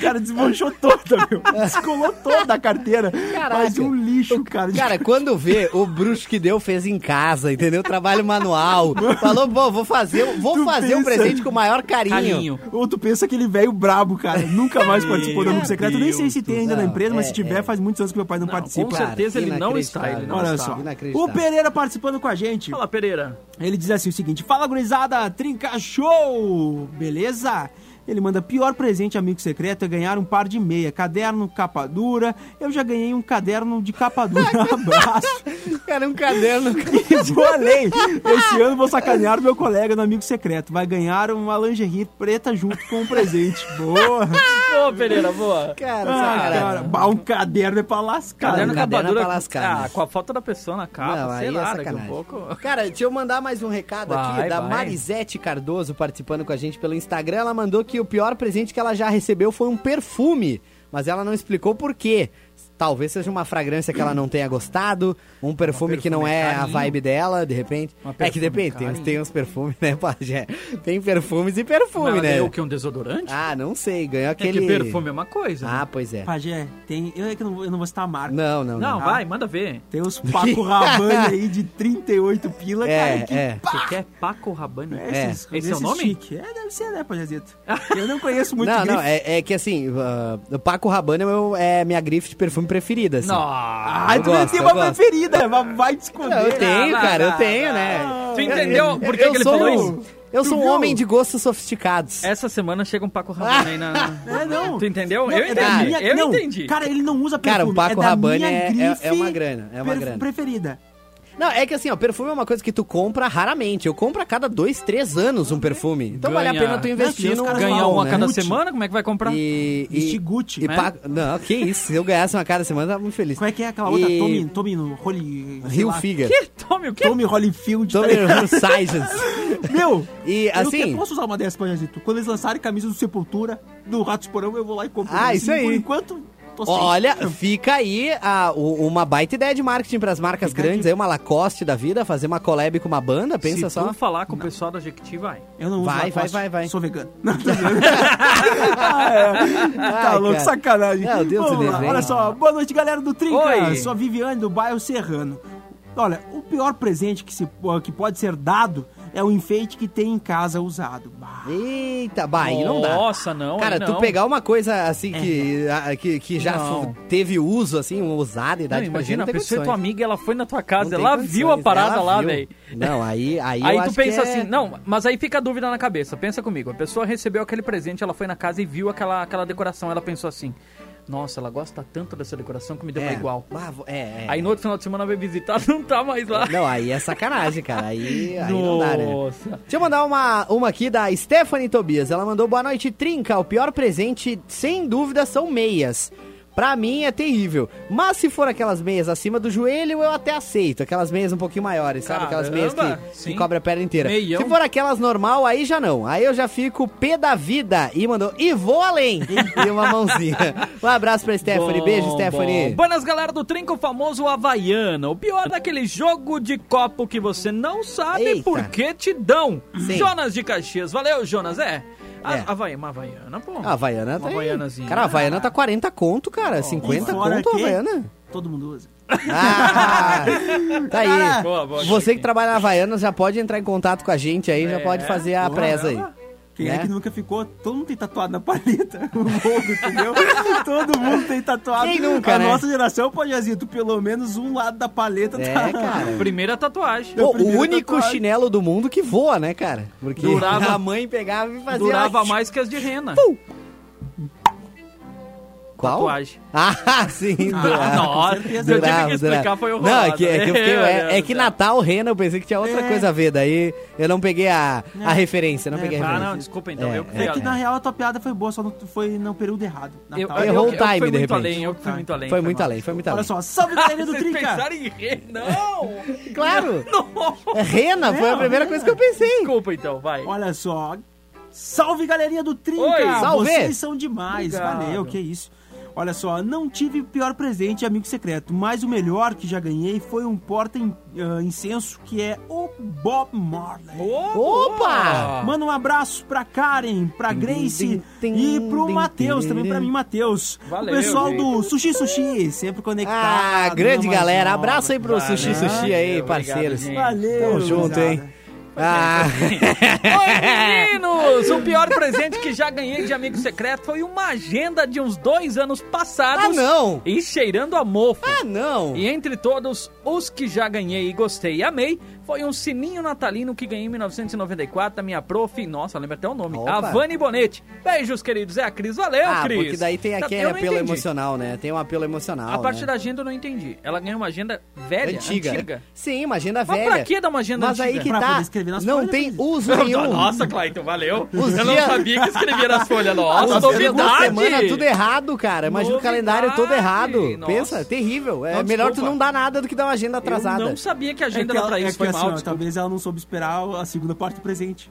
Speaker 4: cara, desmanchou toda, meu. Descolou toda a carteira.
Speaker 5: Caraca.
Speaker 4: Mas um lixo, cara. de-
Speaker 5: Cara, quando vê, o bruxo que deu fez em casa, entendeu? Trabalho manual. Falou, pô, vou fazer, vou
Speaker 4: Tu
Speaker 5: fazer um
Speaker 4: pensa.
Speaker 5: presente com o maior carinho.
Speaker 3: Carinho.
Speaker 4: Ou tu pensa aquele velho brabo, cara. Nunca mais participou do Amigo Secreto. Nem sei se tem ainda na
Speaker 5: Não,
Speaker 4: empresa, mas se
Speaker 5: é,
Speaker 4: tiver,
Speaker 5: é.
Speaker 4: faz muitos anos que meu pai não,
Speaker 3: Não,
Speaker 4: participa.
Speaker 3: com certeza ele não está, ele não
Speaker 5: Olha
Speaker 4: Olha
Speaker 3: está.
Speaker 4: só. O
Speaker 5: Inacreditável.
Speaker 4: Pereira participando com a gente.
Speaker 3: Fala, Pereira.
Speaker 4: Ele diz assim o seguinte: Fala gurizada, trinca show! Beleza? Ele manda pior presente amigo secreto é ganhar um par de meia, caderno capa dura. Eu já ganhei um caderno de capa dura. Abraço.
Speaker 5: Cara, um caderno.
Speaker 4: E vou além. Esse ano vou sacanear meu colega no amigo secreto. Vai ganhar uma lingerie preta junto com o presente. Boa.
Speaker 3: Boa, Pereira, boa.
Speaker 5: Cara,
Speaker 4: Ah,
Speaker 5: sacanagem.
Speaker 4: cara, bah, um caderno é pra lascar.
Speaker 5: Caderno
Speaker 3: Caderno
Speaker 5: é pra
Speaker 3: capadura,
Speaker 5: lascar,
Speaker 3: ah,
Speaker 5: né?
Speaker 3: com a foto da pessoa na capa,
Speaker 5: Não, aí
Speaker 3: sei
Speaker 5: é
Speaker 3: lá, daqui a
Speaker 5: sacanagem.
Speaker 3: um pouco...
Speaker 5: Cara, deixa eu mandar mais um recado
Speaker 3: Vai,
Speaker 5: aqui da
Speaker 3: vai.
Speaker 5: Marisete Cardoso participando com a gente pelo Instagram. Ela mandou que o pior presente que ela já recebeu foi um perfume, mas ela não explicou por quê. Talvez seja uma fragrância que ela não tenha gostado, um perfume, que não é a vibe dela, de repente. É que depende, tem, uns- tem uns perfumes, né, Pajé? Tem perfumes e perfume,
Speaker 3: Mas
Speaker 5: né?
Speaker 3: é o que, um desodorante?
Speaker 5: Ah, não sei, ganhou
Speaker 3: é
Speaker 5: aquele...
Speaker 3: que perfume é uma coisa.
Speaker 5: Ah, pois é.
Speaker 4: Pajé, tem. Eu, é que eu não, vou- eu não vou citar a marca.
Speaker 5: Não, não,
Speaker 3: não,
Speaker 5: não.
Speaker 3: vai, manda ver.
Speaker 4: Tem os Paco Rabanne aí de 38 pila,
Speaker 5: É,
Speaker 4: cara. Que
Speaker 5: é.
Speaker 3: Você quer Paco Rabanne?
Speaker 5: É.
Speaker 4: Esses,
Speaker 3: Esse é o
Speaker 4: esses
Speaker 3: nome?
Speaker 4: Chique. É, deve ser, né, Pajazito? Eu não conheço muito
Speaker 5: não,
Speaker 4: grife.
Speaker 5: não, é, é que assim, ah, o Paco Rabanne é, meu- é minha grife de perfume preferida. Assim.
Speaker 3: Nossa.
Speaker 4: Ah,
Speaker 5: eu
Speaker 4: tu deve
Speaker 5: gosto,
Speaker 4: ter
Speaker 5: eu
Speaker 4: uma
Speaker 5: gosto.
Speaker 4: preferida, mas vai
Speaker 5: Não, eu
Speaker 4: descobrir.
Speaker 5: tenho,
Speaker 3: lá,
Speaker 5: cara,
Speaker 3: lá,
Speaker 5: eu tenho, né?
Speaker 3: Ah, Tu entendeu por que, que ele falou isso?
Speaker 5: Eu sou um
Speaker 4: viu?
Speaker 5: homem de gostos sofisticados.
Speaker 3: Essa semana chega um Paco Rabanne aí na...
Speaker 4: É, não.
Speaker 3: Tu entendeu?
Speaker 4: Não,
Speaker 3: eu
Speaker 4: é
Speaker 3: entendi,
Speaker 4: da minha-
Speaker 3: eu
Speaker 4: não,
Speaker 3: entendi.
Speaker 4: Cara, ele não usa perfume.
Speaker 5: Cara, o Paco
Speaker 4: é da
Speaker 5: Rabanne
Speaker 4: minha
Speaker 5: é- é-
Speaker 4: grife
Speaker 5: é uma grana, é uma grana.
Speaker 4: Preferida.
Speaker 5: Não, é que assim, ó, perfume é uma coisa que tu compra raramente. Eu compro a cada dois, três anos um perfume. Então vale a
Speaker 3: Ganha-
Speaker 5: pena tu investir
Speaker 4: Não,
Speaker 5: num
Speaker 4: os caras
Speaker 5: ganhar
Speaker 3: Ganhar um a cada
Speaker 4: Gucci.
Speaker 3: semana, como é que vai comprar?
Speaker 5: né? E,
Speaker 4: Vestir
Speaker 5: e,
Speaker 4: Gucci,
Speaker 5: e
Speaker 4: né?
Speaker 5: pa- Não, que isso. Se eu ganhasse uma cada semana, eu tava muito feliz.
Speaker 4: Como é que é aquela outra?
Speaker 5: E-
Speaker 4: Tommy, Tommy no Holy... sei
Speaker 5: Rio
Speaker 4: lá.
Speaker 5: Figa.
Speaker 3: Que? Tome o quê?
Speaker 4: Tommy Holyfield. tá
Speaker 5: Tommy
Speaker 4: ligado?
Speaker 5: Rio Science.
Speaker 4: Meu,
Speaker 5: E,
Speaker 4: eu
Speaker 5: assim-
Speaker 4: que- posso usar uma dessas, Panhazito? Quando eles lançarem camisas do Sepultura, do Ratos Porão, eu vou lá e compro.
Speaker 5: Ah,
Speaker 4: Assim,
Speaker 5: isso aí.
Speaker 4: Por enquanto, tô sem.
Speaker 5: Olha, fica aí a- o- uma baita ideia de marketing pras marcas grandes, aí uma Lacoste da vida, fazer uma collab com uma banda, pensa
Speaker 3: Se
Speaker 5: só.
Speaker 3: tu falar com o pessoal da Jequiti, vai.
Speaker 4: Eu não uso
Speaker 5: Vai,
Speaker 4: Lacoste,
Speaker 5: vai, vai, vai.
Speaker 4: Sou vegano. Não, tô zoando. Ah, é. Tá
Speaker 5: Ai,
Speaker 4: louco,
Speaker 5: cara.
Speaker 4: sacanagem.
Speaker 5: Meu Deus
Speaker 4: Vamos
Speaker 5: do
Speaker 4: lá,
Speaker 5: livro, hein?
Speaker 4: Olha só, boa noite, galera do Trinca.
Speaker 3: Oi.
Speaker 4: Sou a Viviane do bairro Serrano. Olha, o pior presente que, se, que pode ser dado é o enfeite que tem em casa usado. Bah.
Speaker 5: Eita, bah, aí não dá.
Speaker 3: Nossa, não,
Speaker 5: Cara,
Speaker 3: aí não. É,
Speaker 5: tu pegar uma coisa assim que, a- que, que já
Speaker 3: Não.
Speaker 5: fu- teve uso, assim, um usado,
Speaker 3: Não,
Speaker 5: idade pra gente,
Speaker 3: imagina, a
Speaker 5: tem
Speaker 3: pessoa é tua
Speaker 5: condições.
Speaker 3: amiga, ela foi na tua
Speaker 5: Não
Speaker 3: casa,
Speaker 5: tem
Speaker 3: ela viu a
Speaker 5: condições,
Speaker 3: parada
Speaker 5: ela
Speaker 3: lá,
Speaker 5: viu.
Speaker 3: velho.
Speaker 5: Não, aí, aí, eu
Speaker 3: Aí
Speaker 5: acho
Speaker 3: tu
Speaker 5: que
Speaker 3: pensa
Speaker 5: é-
Speaker 3: assim, não, mas aí fica a dúvida na cabeça. Pensa comigo, a pessoa recebeu aquele presente, ela foi na casa e viu aquela, aquela decoração, ela pensou assim: "Nossa, ela gosta tanto dessa decoração que me deu
Speaker 5: é,
Speaker 3: pra igual".
Speaker 5: bah, vo- é, é.
Speaker 3: Aí no outro final de semana vai visitar, não tá mais lá.
Speaker 5: Não, aí é sacanagem, cara. Aí, aí não dá, né?
Speaker 3: Nossa.
Speaker 5: Deixa eu mandar uma, uma aqui da Stephanie Tobias. Ela mandou boa noite, Trinca. O pior presente, sem dúvida, são meias. Pra mim é terrível. Mas se for aquelas meias acima do joelho, eu até aceito. Aquelas meias um pouquinho maiores, sabe? Aquelas meias
Speaker 3: Caramba,
Speaker 5: que, que
Speaker 3: sim.
Speaker 5: cobre a perna inteira.
Speaker 3: Meião.
Speaker 5: Se for aquelas normal, aí já não. Aí eu já fico pé da vida. E mandou, e vou além. e uma mãozinha. Um abraço pra Stephanie.
Speaker 3: Bom,
Speaker 5: Beijo,
Speaker 3: bom.
Speaker 5: Stephanie.
Speaker 3: Buenas, galera do Trinco, o famoso Havaiana. O pior daquele jogo de copo que você não sabe
Speaker 5: Eita.
Speaker 3: por que te dão.
Speaker 5: Sim.
Speaker 3: Jonas de Caxias. Valeu, Jonas. É. A,
Speaker 5: É.
Speaker 3: Havaiana, uma Havaiana, pô.
Speaker 5: A Havaiana
Speaker 3: Uma
Speaker 5: tá.
Speaker 3: Havaianazinha.
Speaker 5: Cara, a Havaiana tá 40 conto, cara. 50
Speaker 4: fora
Speaker 5: conto a
Speaker 4: que-
Speaker 5: Havaiana.
Speaker 4: Todo mundo usa.
Speaker 5: Ah, tá aí.
Speaker 3: Boa, boa,
Speaker 5: Você que
Speaker 3: Chiquinho.
Speaker 5: trabalha na Havaianas já pode entrar em contato com a gente aí, já
Speaker 3: É.
Speaker 5: pode fazer a presa aí.
Speaker 4: Quem
Speaker 5: Né?
Speaker 4: é que nunca ficou? Todo mundo tem tatuado na paleta. O logo, entendeu? Todo mundo tem tatuado.
Speaker 5: Quem nunca,
Speaker 4: A
Speaker 5: né?
Speaker 4: nossa geração, Pajazito, pelo menos um lado da paleta
Speaker 5: É,
Speaker 4: tá.
Speaker 5: cara.
Speaker 3: Primeira tatuagem.
Speaker 5: Pô, o
Speaker 4: primeira
Speaker 5: único
Speaker 4: tatuagem.
Speaker 5: chinelo do mundo que voa, né, cara? Porque
Speaker 3: Durava-
Speaker 5: a mãe pegava e fazia.
Speaker 3: Durava mais que as de rena.
Speaker 5: Qual?
Speaker 3: Tatuagem.
Speaker 5: Ah, sim.
Speaker 3: Ah,
Speaker 5: durava.
Speaker 3: Nossa, eu tive que explicar, foi horroroso.
Speaker 5: Não, é que, é que eu fiquei-
Speaker 3: Meu
Speaker 5: é- é
Speaker 3: Deus
Speaker 5: que
Speaker 3: do céu.
Speaker 5: Natal, Rena, eu pensei que tinha outra
Speaker 4: É.
Speaker 5: coisa a ver. Daí eu não peguei a, a referência, não
Speaker 4: É,
Speaker 5: peguei a
Speaker 3: Ah,
Speaker 5: referência.
Speaker 3: não, desculpa então.
Speaker 5: É,
Speaker 3: eu que fui
Speaker 4: É que
Speaker 3: além.
Speaker 4: na real a tua piada foi boa, só não foi no período errado.
Speaker 3: Eu-
Speaker 4: Natal.
Speaker 3: eu-
Speaker 5: Errou o
Speaker 3: eu que fui
Speaker 5: time, de
Speaker 3: muito
Speaker 5: repente.
Speaker 3: além, eu que fui muito além.
Speaker 5: Foi muito
Speaker 3: mal.
Speaker 5: além, foi muito
Speaker 4: Olha
Speaker 5: além.
Speaker 4: só, salve galerinha do
Speaker 3: Vocês
Speaker 4: Trinca!
Speaker 3: pensaram em rena? Não!
Speaker 5: Claro!
Speaker 3: Não!
Speaker 5: É Rena foi a
Speaker 4: Não,
Speaker 5: primeira
Speaker 4: Rena.
Speaker 5: coisa que eu pensei.
Speaker 3: Desculpa então, vai.
Speaker 4: Olha só, salve galerinha do Trinca!
Speaker 3: Oi,
Speaker 5: salve!
Speaker 4: Vocês são demais,
Speaker 3: Obrigado.
Speaker 4: valeu, que isso. Olha só, não tive pior presente de amigo secreto, mas o melhor que já ganhei foi um porta-incenso que é o Bob Marley.
Speaker 5: Opa!
Speaker 4: Manda um abraço pra Karen, pra Grace
Speaker 5: tim,
Speaker 4: e
Speaker 5: tim,
Speaker 4: pro
Speaker 5: tim,
Speaker 4: Matheus,
Speaker 5: tim,
Speaker 4: também pra mim, Matheus. O
Speaker 3: Valeu,
Speaker 4: pessoal
Speaker 3: gente.
Speaker 4: do Sushi Sushi, sempre conectado. né,
Speaker 5: Ah, grande
Speaker 4: na mais
Speaker 5: galera.
Speaker 4: nova.
Speaker 5: Abraço aí pro Sushi
Speaker 3: Valeu,
Speaker 5: Sushi aí,
Speaker 3: né? obrigado,
Speaker 5: parceiros.
Speaker 3: gente.
Speaker 4: Valeu.
Speaker 5: Tamo junto,
Speaker 4: gurizada.
Speaker 5: hein? Ah,
Speaker 3: Oi, meninos! O pior presente que já ganhei de amigo secreto foi uma agenda de uns dois anos passados.
Speaker 5: ah, não!
Speaker 3: E cheirando a mofo.
Speaker 5: Ah, não!
Speaker 3: E entre todos, os que já ganhei e gostei e amei, foi um sininho natalino que ganhei em 1994 da minha prof, nossa, lembra até o nome,
Speaker 5: Opa.
Speaker 3: a Vani Bonetti. Beijos, queridos, é a Cris, valeu,
Speaker 5: Ah,
Speaker 3: Cris.
Speaker 5: porque daí tem
Speaker 3: Tá,
Speaker 5: aquele
Speaker 3: eu não
Speaker 5: apelo
Speaker 3: entendi.
Speaker 5: emocional, né? Tem um apelo emocional.
Speaker 3: A parte
Speaker 5: né?
Speaker 3: da agenda eu não entendi. Ela ganhou uma agenda velha,
Speaker 5: antiga.
Speaker 3: antiga.
Speaker 5: Sim, uma agenda
Speaker 3: Mas
Speaker 5: velha.
Speaker 3: pra que dar uma agenda
Speaker 5: Mas aí
Speaker 3: antiga?
Speaker 5: que
Speaker 4: Pra
Speaker 5: tá.
Speaker 4: poder escrever nas
Speaker 5: Não
Speaker 4: folhas,
Speaker 5: tem
Speaker 4: né?
Speaker 5: uso nenhum.
Speaker 3: Nossa, Clayton, valeu.
Speaker 5: um. Os
Speaker 3: eu
Speaker 5: dias-
Speaker 3: não sabia que escrevia nas folhas. Nossa,
Speaker 5: Os dias da
Speaker 3: novidade.
Speaker 5: semana tudo é errado, cara. Imagina o calendário todo
Speaker 3: Novidade.
Speaker 5: errado.
Speaker 3: Nossa.
Speaker 5: Pensa, terrível. É
Speaker 3: Não,
Speaker 5: melhor tu
Speaker 3: desculpa.
Speaker 5: não dar nada do que dar uma agenda atrasada.
Speaker 3: Eu não sabia que a
Speaker 4: É
Speaker 3: agenda
Speaker 4: que,
Speaker 3: era
Speaker 4: ela,
Speaker 3: pra
Speaker 4: é
Speaker 3: isso,
Speaker 4: que
Speaker 3: foi
Speaker 4: assim,
Speaker 3: mal.
Speaker 4: ó,
Speaker 3: desculpa.
Speaker 4: talvez ela não soube esperar a segunda parte do presente.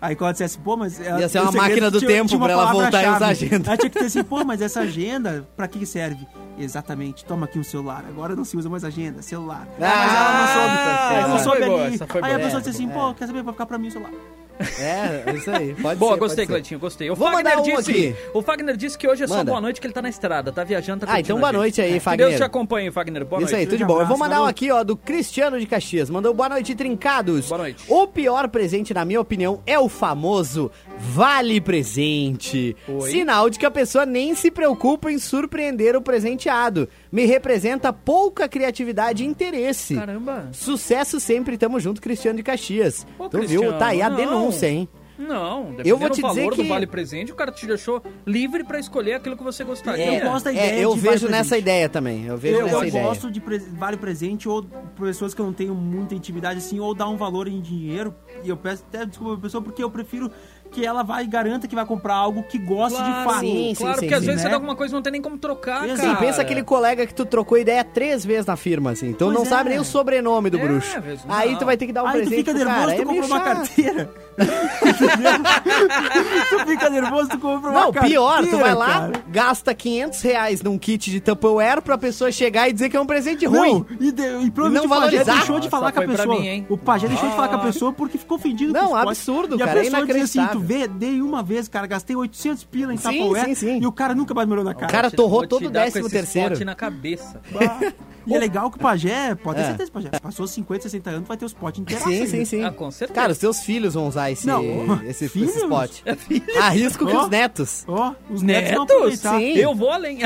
Speaker 4: Aí quando ela dissesse, pô, mas... ela-
Speaker 5: Ia ser uma
Speaker 4: o segredo
Speaker 5: máquina do tempo
Speaker 4: uma
Speaker 5: pra ela voltar e
Speaker 4: palavra-chave.
Speaker 5: usar a agenda.
Speaker 4: Ela tinha que ter assim, pô, mas essa agenda, pra que que serve? Exatamente, toma aqui um celular. Agora não se usa mais agenda, celular.
Speaker 5: Ah,
Speaker 4: mas ela não soube.
Speaker 5: essa
Speaker 4: ela não
Speaker 5: foi
Speaker 4: soube
Speaker 3: boa,
Speaker 4: ali.
Speaker 3: essa foi
Speaker 4: Aí a
Speaker 3: boa.
Speaker 4: pessoa disse assim, pô, quer saber, vai ficar pra mim o celular.
Speaker 5: É, é isso aí. Pode
Speaker 3: Boa, gostei,
Speaker 5: ser, pode ser.
Speaker 3: Cleitinho, gostei. O
Speaker 5: Vou
Speaker 3: Fagner
Speaker 5: mandar um
Speaker 3: disse,
Speaker 5: aqui.
Speaker 3: o Fagner disse que hoje é só
Speaker 5: Manda.
Speaker 3: boa noite, que ele tá na estrada, tá viajando, tá
Speaker 5: Ah,
Speaker 3: curtindo
Speaker 5: então
Speaker 3: a
Speaker 5: boa
Speaker 3: gente.
Speaker 5: noite aí,
Speaker 3: Que
Speaker 5: Fagner.
Speaker 3: Deus te acompanhe, Fagner. Boa
Speaker 5: Isso aí,
Speaker 3: noite.
Speaker 5: tudo de bom. Eu vou
Speaker 4: abraço,
Speaker 5: mandar um
Speaker 4: falou.
Speaker 5: aqui, ó, do Cristiano de Caxias. Mandou boa noite, trincados.
Speaker 3: Boa noite.
Speaker 5: O pior presente, na minha opinião, é o famoso vale presente.
Speaker 3: Oi.
Speaker 5: Sinal de que a pessoa nem se preocupa em surpreender o presenteado. Me representa pouca criatividade e interesse.
Speaker 3: Caramba.
Speaker 5: Sucesso sempre, tamo junto, Cristiano de Caxias.
Speaker 3: Ô,
Speaker 5: então, viu?
Speaker 3: Cristiano,
Speaker 5: Tá aí a
Speaker 3: não.
Speaker 5: denúncia, hein?
Speaker 3: Não,
Speaker 5: Eu vou
Speaker 3: dependendo
Speaker 5: te
Speaker 3: do valor
Speaker 5: dizer que-
Speaker 3: do vale presente, o cara te deixou livre pra escolher aquilo que você gostaria.
Speaker 4: É, Eu gosto da ideia
Speaker 5: eu
Speaker 4: de
Speaker 5: vejo
Speaker 4: vale
Speaker 5: nessa
Speaker 4: presente.
Speaker 5: ideia também. Eu vejo
Speaker 4: Eu,
Speaker 5: nessa
Speaker 4: eu
Speaker 5: ideia.
Speaker 4: gosto de pre vale presente ou pessoas que eu não tenho muita intimidade, assim, ou dar um valor em dinheiro. E eu peço até desculpa pra pessoa, porque eu prefiro que ela vai garanta que vai comprar algo que goste de fato.
Speaker 5: sim,
Speaker 3: claro, porque
Speaker 5: sim, sim,
Speaker 3: às
Speaker 5: sim,
Speaker 3: vezes você
Speaker 4: né?
Speaker 3: dá alguma coisa e não tem nem como trocar,
Speaker 4: Sim,
Speaker 5: Sim,
Speaker 3: cara.
Speaker 5: pensa aquele colega que tu trocou ideia três vezes na firma, assim. Então
Speaker 4: Pois
Speaker 5: não
Speaker 4: é.
Speaker 5: sabe nem o sobrenome do
Speaker 3: É,
Speaker 5: bruxo.
Speaker 3: velho,
Speaker 5: Aí
Speaker 3: não.
Speaker 5: tu vai ter que dar um
Speaker 4: Aí tu
Speaker 5: presente
Speaker 4: fica
Speaker 5: pro
Speaker 4: nervoso,
Speaker 5: cara.
Speaker 4: tu
Speaker 5: É meio
Speaker 4: compra uma
Speaker 5: chato.
Speaker 4: carteira. Entendeu? tu fica nervoso, tu compra uma
Speaker 5: Não,
Speaker 4: carteira.
Speaker 5: pior, tu vai lá,
Speaker 4: cara.
Speaker 5: gasta 500 reais num kit de Tupperware pra pessoa chegar e dizer que é um presente ruim.
Speaker 4: Não, e, de, e provavelmente
Speaker 5: Não
Speaker 4: o pajé
Speaker 5: valorizar.
Speaker 4: deixou de falar
Speaker 3: Nossa,
Speaker 4: com a
Speaker 3: foi pra
Speaker 4: pessoa.
Speaker 3: mim, hein?
Speaker 4: o pajé deixou de falar com a pessoa porque ficou ofendido
Speaker 5: Não,
Speaker 4: com os cortes.
Speaker 5: absurdo,
Speaker 4: e
Speaker 5: cara, é
Speaker 4: a pessoa diz assim, tu
Speaker 5: inacreditável.
Speaker 4: vê, dei uma vez, cara, gastei 800 pila em
Speaker 5: Sim,
Speaker 4: Tupperware
Speaker 5: sim, sim.
Speaker 4: e o cara nunca mais melhorou na
Speaker 5: O
Speaker 4: cara.
Speaker 5: cara torrou
Speaker 3: Vou te
Speaker 5: todo o
Speaker 3: dar com
Speaker 5: décimo
Speaker 3: esse
Speaker 5: terceiro.
Speaker 3: spot na cabeça.
Speaker 4: E é legal que o pajé, pode ter
Speaker 5: É.
Speaker 4: certeza, pajé, passou 50, 60 anos, vai ter os potes inteiros.
Speaker 5: Sim, sim, sim.
Speaker 3: Ah, com certeza.
Speaker 5: Cara, os teus filhos vão usar esse,
Speaker 4: Não,
Speaker 5: esse, esse
Speaker 4: filhos?
Speaker 5: spot. Arrisco que
Speaker 4: Ó.
Speaker 5: os netos.
Speaker 4: Ó, os netos, vão
Speaker 3: Netos?
Speaker 4: aproveitar.
Speaker 5: Sim.
Speaker 3: Eu vou além.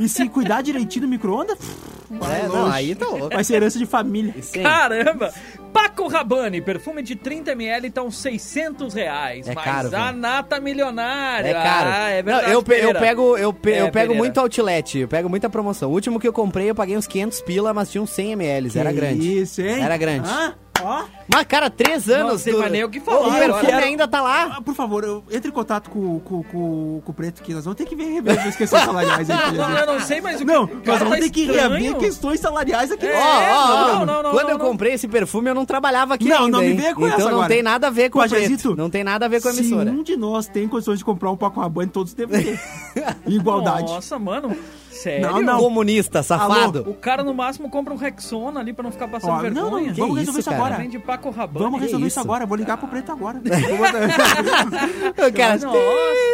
Speaker 4: E se cuidar direitinho do micro-ondas, pff, vai
Speaker 5: É, não,
Speaker 4: longe.
Speaker 5: aí tá louco.
Speaker 4: Vai Ah, ser herança de família.
Speaker 5: Sim.
Speaker 3: Caramba! Paco Rabanne, perfume de 30ml tá uns 600 reais.
Speaker 5: É
Speaker 3: mas
Speaker 5: caro,
Speaker 3: a
Speaker 5: velho.
Speaker 3: nata milionária.
Speaker 5: É caro.
Speaker 3: Ah, é
Speaker 5: Não,
Speaker 3: verdade.
Speaker 5: eu, pe- eu
Speaker 3: Pereira.
Speaker 5: pego, eu, pe-
Speaker 3: É,
Speaker 5: eu pego
Speaker 3: Pereira.
Speaker 5: muito outlet, eu pego muita promoção. O último que eu comprei, eu paguei uns 500 pila, mas tinha uns 100 ml, era
Speaker 4: Que
Speaker 5: grande.
Speaker 4: Isso, hein?
Speaker 5: Era grande.
Speaker 4: Hã? Ó.
Speaker 5: Mas, cara, três anos...
Speaker 3: sei mais nem o que falar
Speaker 5: O perfume
Speaker 3: agora.
Speaker 5: ainda tá lá.
Speaker 4: Ah, por favor, eu- entre em contato com, com, com, com o Preto, que nós vamos ter que ver rever as questões salariais aí.
Speaker 3: Não,
Speaker 5: tá
Speaker 4: beleza?
Speaker 3: eu não sei mais o
Speaker 4: Não,
Speaker 3: que.
Speaker 4: nós
Speaker 3: Cara,
Speaker 4: vamos
Speaker 3: tá
Speaker 4: ter que
Speaker 3: estranho.
Speaker 4: rever questões salariais aqui.
Speaker 5: Ó,
Speaker 4: É.
Speaker 5: ó, ó,
Speaker 3: não, não, não,
Speaker 5: quando
Speaker 3: não,
Speaker 5: eu
Speaker 3: não.
Speaker 5: comprei esse perfume, eu não trabalhava aqui
Speaker 4: Não,
Speaker 5: ainda,
Speaker 4: não me
Speaker 5: hein?
Speaker 4: venha com
Speaker 5: Então
Speaker 4: essa
Speaker 5: não
Speaker 4: agora.
Speaker 5: tem nada a ver com o
Speaker 4: Pajazito,
Speaker 5: preto. Não tem nada a ver com a
Speaker 4: Se
Speaker 5: emissora.
Speaker 4: um de nós tem condições de comprar um Paco Rabanne, todos devem ter. Igualdade.
Speaker 3: Nossa, mano. Sério?
Speaker 4: Não, não.
Speaker 5: um
Speaker 3: Tá
Speaker 5: Comunista, safado.
Speaker 3: O cara no máximo compra um Rexona ali pra não ficar passando
Speaker 4: Ó,
Speaker 3: é vergonha.
Speaker 4: não, não,
Speaker 5: Que
Speaker 4: vamos resolver
Speaker 5: isso,
Speaker 4: isso
Speaker 5: cara.
Speaker 4: agora.
Speaker 3: Vem de Paco Rabanne.
Speaker 4: Vamos
Speaker 5: que
Speaker 4: resolver
Speaker 5: isso?
Speaker 4: isso agora. Vou ligar pro Preto agora.
Speaker 5: O cara...
Speaker 3: Nossa.